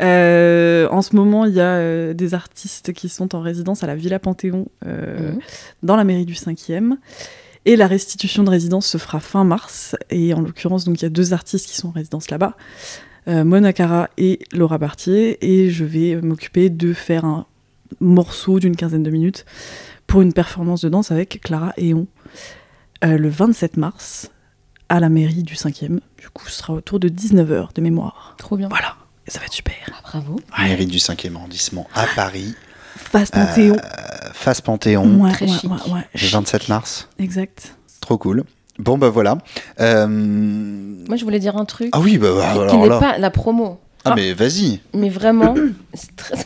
H: Euh, en ce moment il y a euh, des artistes qui sont en résidence à la Villa Panthéon euh,
I: Mhm.
H: dans la mairie du 5e. Et la restitution de résidence se fera fin mars. Et en l'occurrence donc il y a deux artistes qui sont en résidence là-bas. Euh, Mona Cara et Laura Barthier. Et je vais m'occuper de faire un morceau d'une quinzaine de minutes pour une performance de danse avec Clara Eon euh, le 27 mars à la mairie du 5e. Du coup, ce sera autour de 19h de mémoire.
I: Trop bien.
H: Voilà, et ça va être super.
I: Ah, bravo.
G: Mairie du 5e arrondissement à Paris,
H: Face Panthéon.
G: euh, face Panthéon,
H: ouais,
I: très
H: ouais,
I: chic.
H: ouais, ouais.
G: le 27 mars.
H: Exact.
G: Trop cool. Bon, bah voilà. Euh,
I: Moi, je voulais dire un truc
G: Ah oui, bah, bah,
I: qui- qui
G: alors
I: n'est
G: là.
I: pas la promo,
G: Ah, mais vas-y. <clears throat>
I: mais vraiment, c'est très,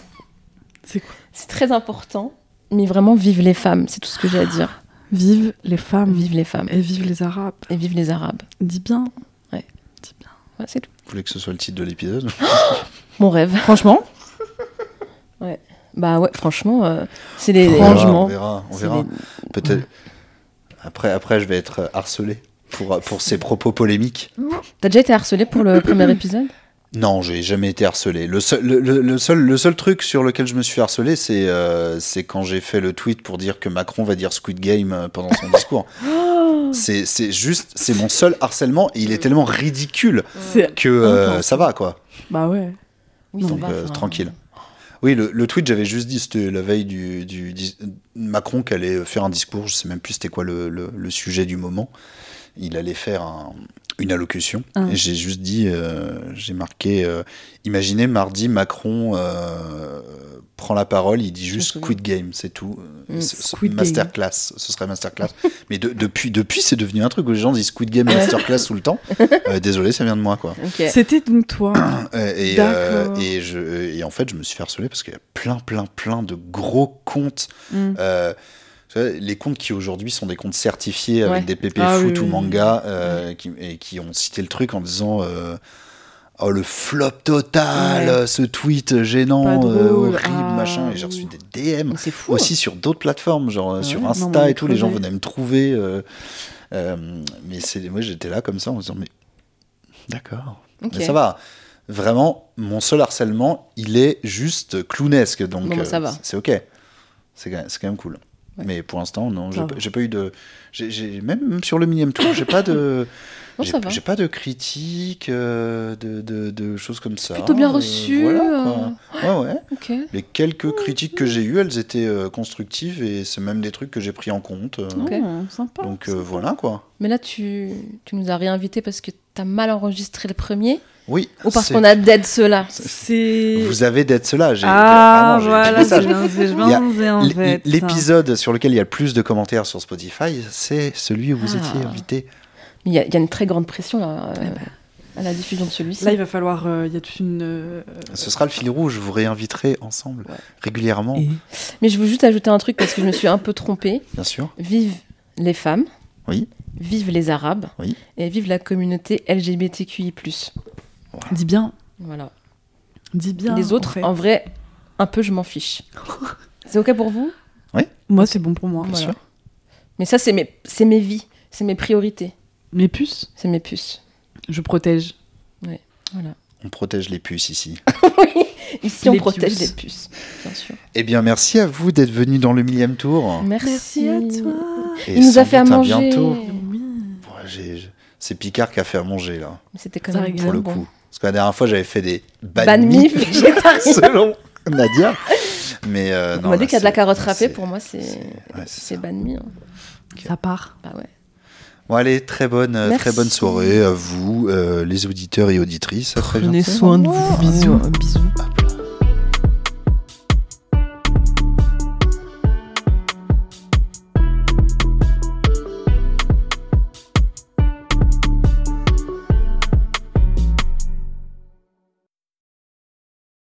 H: C'est quoi
I: c'est très important. Mais vraiment, vive les femmes, c'est tout ce que j'ai à dire.
H: Vive les femmes.
I: Vive les femmes
H: Et vive les Arabes.
I: et vive les Arabes.
H: Dis bien.
I: Ouais, c'est tout.
G: Vous voulez que ce soit le titre de l'épisode
I: Mon rêve.
H: Franchement,
I: Bah <laughs> ouais, franchement, euh, c'est
G: <laughs>
I: les.
G: On
I: les-
G: verra,
H: Franchement,
G: On verra, on
I: c'est
G: verra.
I: les-
G: Peut-être. Après, après, je vais être harcelé pour, pour ces propos polémiques.
I: T'as déjà été harcelé pour le premier épisode
G: Non, j'ai jamais été harcelé. Le seul, le, le- le seul, le seul truc sur lequel je me suis harcelé, c'est euh, c'est quand j'ai fait le tweet pour dire que Macron va dire Squid Game euh, pendant son discours. C'est c'est juste, c'est mon seul harcèlement. Et il est tellement ridicule
H: c'est.
G: que euh,
H: Intense.
G: ça va, quoi.
H: Bah ouais.
I: Oui,
H: Non,
I: ça
G: Donc,
I: va,
G: euh,
I: enfin,
G: tranquille. Oui, le, le tweet, j'avais juste dit, c'était la veille du, du dis- Macron qui allait euh, faire un discours, je sais même plus c'était quoi le, le- le sujet du moment. Il allait faire un- une allocution.
H: Ah.
G: Et j'ai juste dit, euh, j'ai marqué, euh, imaginez mardi, Macron euh, prend la parole, il dit juste
I: me souviens.
G: Squid Game, c'est tout.
I: Mm,
G: Ce- ce-
H: Squid Game.
G: masterclass, ce serait masterclass. Mais de- depuis, depuis c'est devenu un truc où les gens disent Squid
I: <laughs>
G: Game
I: Ouais.
G: masterclass tout le temps. Euh, désolé, ça vient de moi, quoi.
I: Ok.
H: C'était donc toi.
G: <coughs> Euh, Et,
H: D'accord.
G: euh, et, je, et en fait, je me suis fait harceler parce qu'il y a plein, plein, plein de gros comptes.
H: <coughs> Mm.
G: Euh, tu vois, les comptes qui aujourd'hui sont des comptes certifiés avec
I: Ouais.
G: des PP
H: Ah
G: foot
H: oui,
G: ou
H: oui,
G: manga euh, qui, et qui ont cité le truc en disant euh, Oh, le flop total,
I: Ouais.
G: euh, ce tweet gênant,
H: Pas drôle,
G: euh, horrible,
H: ah,
G: machin. Et j'ai reçu
H: oui.
G: des DM
I: Mais C'est fou.
G: aussi sur d'autres plateformes, genre euh, sur
H: ouais,
G: Insta
H: non, mais on
G: et tout, les gens
H: creusait.
G: venaient me trouver. euh, euh, mais c'est, moi, j'étais là comme ça en me disant, mais d'accord,
I: Ok.
G: mais ça va. Vraiment, mon seul harcèlement, il est juste clownesque, donc
I: Bon, bah,
G: euh,
I: ça va.
G: c'est- c'est ok. C'est quand, même- c'est quand même cool.
I: Ouais.
G: Mais pour l'instant, non, j'ai
H: Ça
G: pas-
H: va.
G: j'ai pas eu de. j'ai- j'ai- même, même sur le millième tour, j'ai pas de.
I: <laughs> Non,
G: j'ai-
I: ça va.
G: J'ai pas de critiques, euh, de, de- de choses comme ça.
I: Plutôt bien
G: euh,
I: reçu, euh, Oh,
G: voilà, quoi. Ouais, ouais.
I: Ok.
G: Les quelques critiques que j'ai eues, elles étaient euh, constructives et c'est même des trucs que j'ai pris en compte. euh,
I: Ok.
H: Oh, sympa.
G: Donc euh, voilà quoi.
I: Mais là, tu, tu nous as réinvités parce que t'as mal enregistré le premier
G: Oui.
I: ou parce
G: c'est-
I: qu'on a dead ceux-là
H: C'est.
G: Vous avez d'être cela. j'ai-
H: Ah
G: vraiment, j'ai-
H: voilà,
G: mais ça,
H: c'est
G: je-
H: bien, c'est
G: Il y a
H: bien, en
G: l'é-
H: fait. ça.
G: L'épisode sur lequel il y a le plus de commentaires sur Spotify, c'est celui où vous
I: Ah.
G: étiez invité.
I: Mais il y, a- il y a une très grande pression là,
G: Eh ben.
I: euh, à la diffusion de celui-ci.
H: Là, il va falloir. euh, Il y a toute une. euh,
G: Ce sera le fil rouge, vous réinviterez ensemble régulièrement,
I: Mais je veux juste ajouter un truc parce que je me suis un peu trompée.
G: bien sûr.
I: Vive les femmes.
G: Oui.
I: Vive les Arabes
G: Oui.
I: et vive la communauté LGBTQI.
H: Dis bien,
I: Voilà.
H: dis bien.
I: les autres,
H: en fait.
I: en vrai, un peu, je m'en
H: <laughs>
I: fiche. c'est OK pour vous
H: Moi, c'est bon pour moi. voilà.
G: sûr.
I: Mais ça, c'est mes, c'est mes vies, c'est mes priorités,
H: Mes puces,
I: c'est mes puces. <laughs>
H: je protège.
I: Voilà.
G: On protège les puces ici. <laughs>
I: Ici, on
H: Les
I: protège
H: puces.
I: les puces, bien sûr.
G: Eh bien, merci à vous d'être venu dans le millième tour.
I: Merci,
G: Ah. Et
I: Il nous
G: sans
I: a fait à
G: doute un
I: manger.
G: bientôt.
H: Oui.
G: Ouais, j'ai- j'ai- C'est Picard qui a fait à manger, là,
I: Mais C'était quand
H: Ça
I: même
H: régale.
G: pour
I: bien
G: le
I: Ah bon.
G: coup. Parce que la dernière fois, j'avais fait des
I: Banh
G: banh
I: mi
G: mi,
I: <laughs>
G: <laughs>
I: végétarien.
G: selon Nadia. Mais euh,
I: On
G: non,
I: m'a
G: là,
I: dit qu'il y a de la
G: c'est-
I: carotte
G: là,
I: râpée,
G: c'est-
I: pour moi, c'est
G: ouais, c'est
I: c'est
G: ça.
I: ban mi. hein.
H: Ça part.
I: Bah ouais.
G: Bon, allez, très bonne, euh, très
I: Merci.
G: bonne soirée à vous, euh, les auditeurs et auditrices. À très bientôt.
I: soin de vous.
H: Bisous. Bisous.
G: À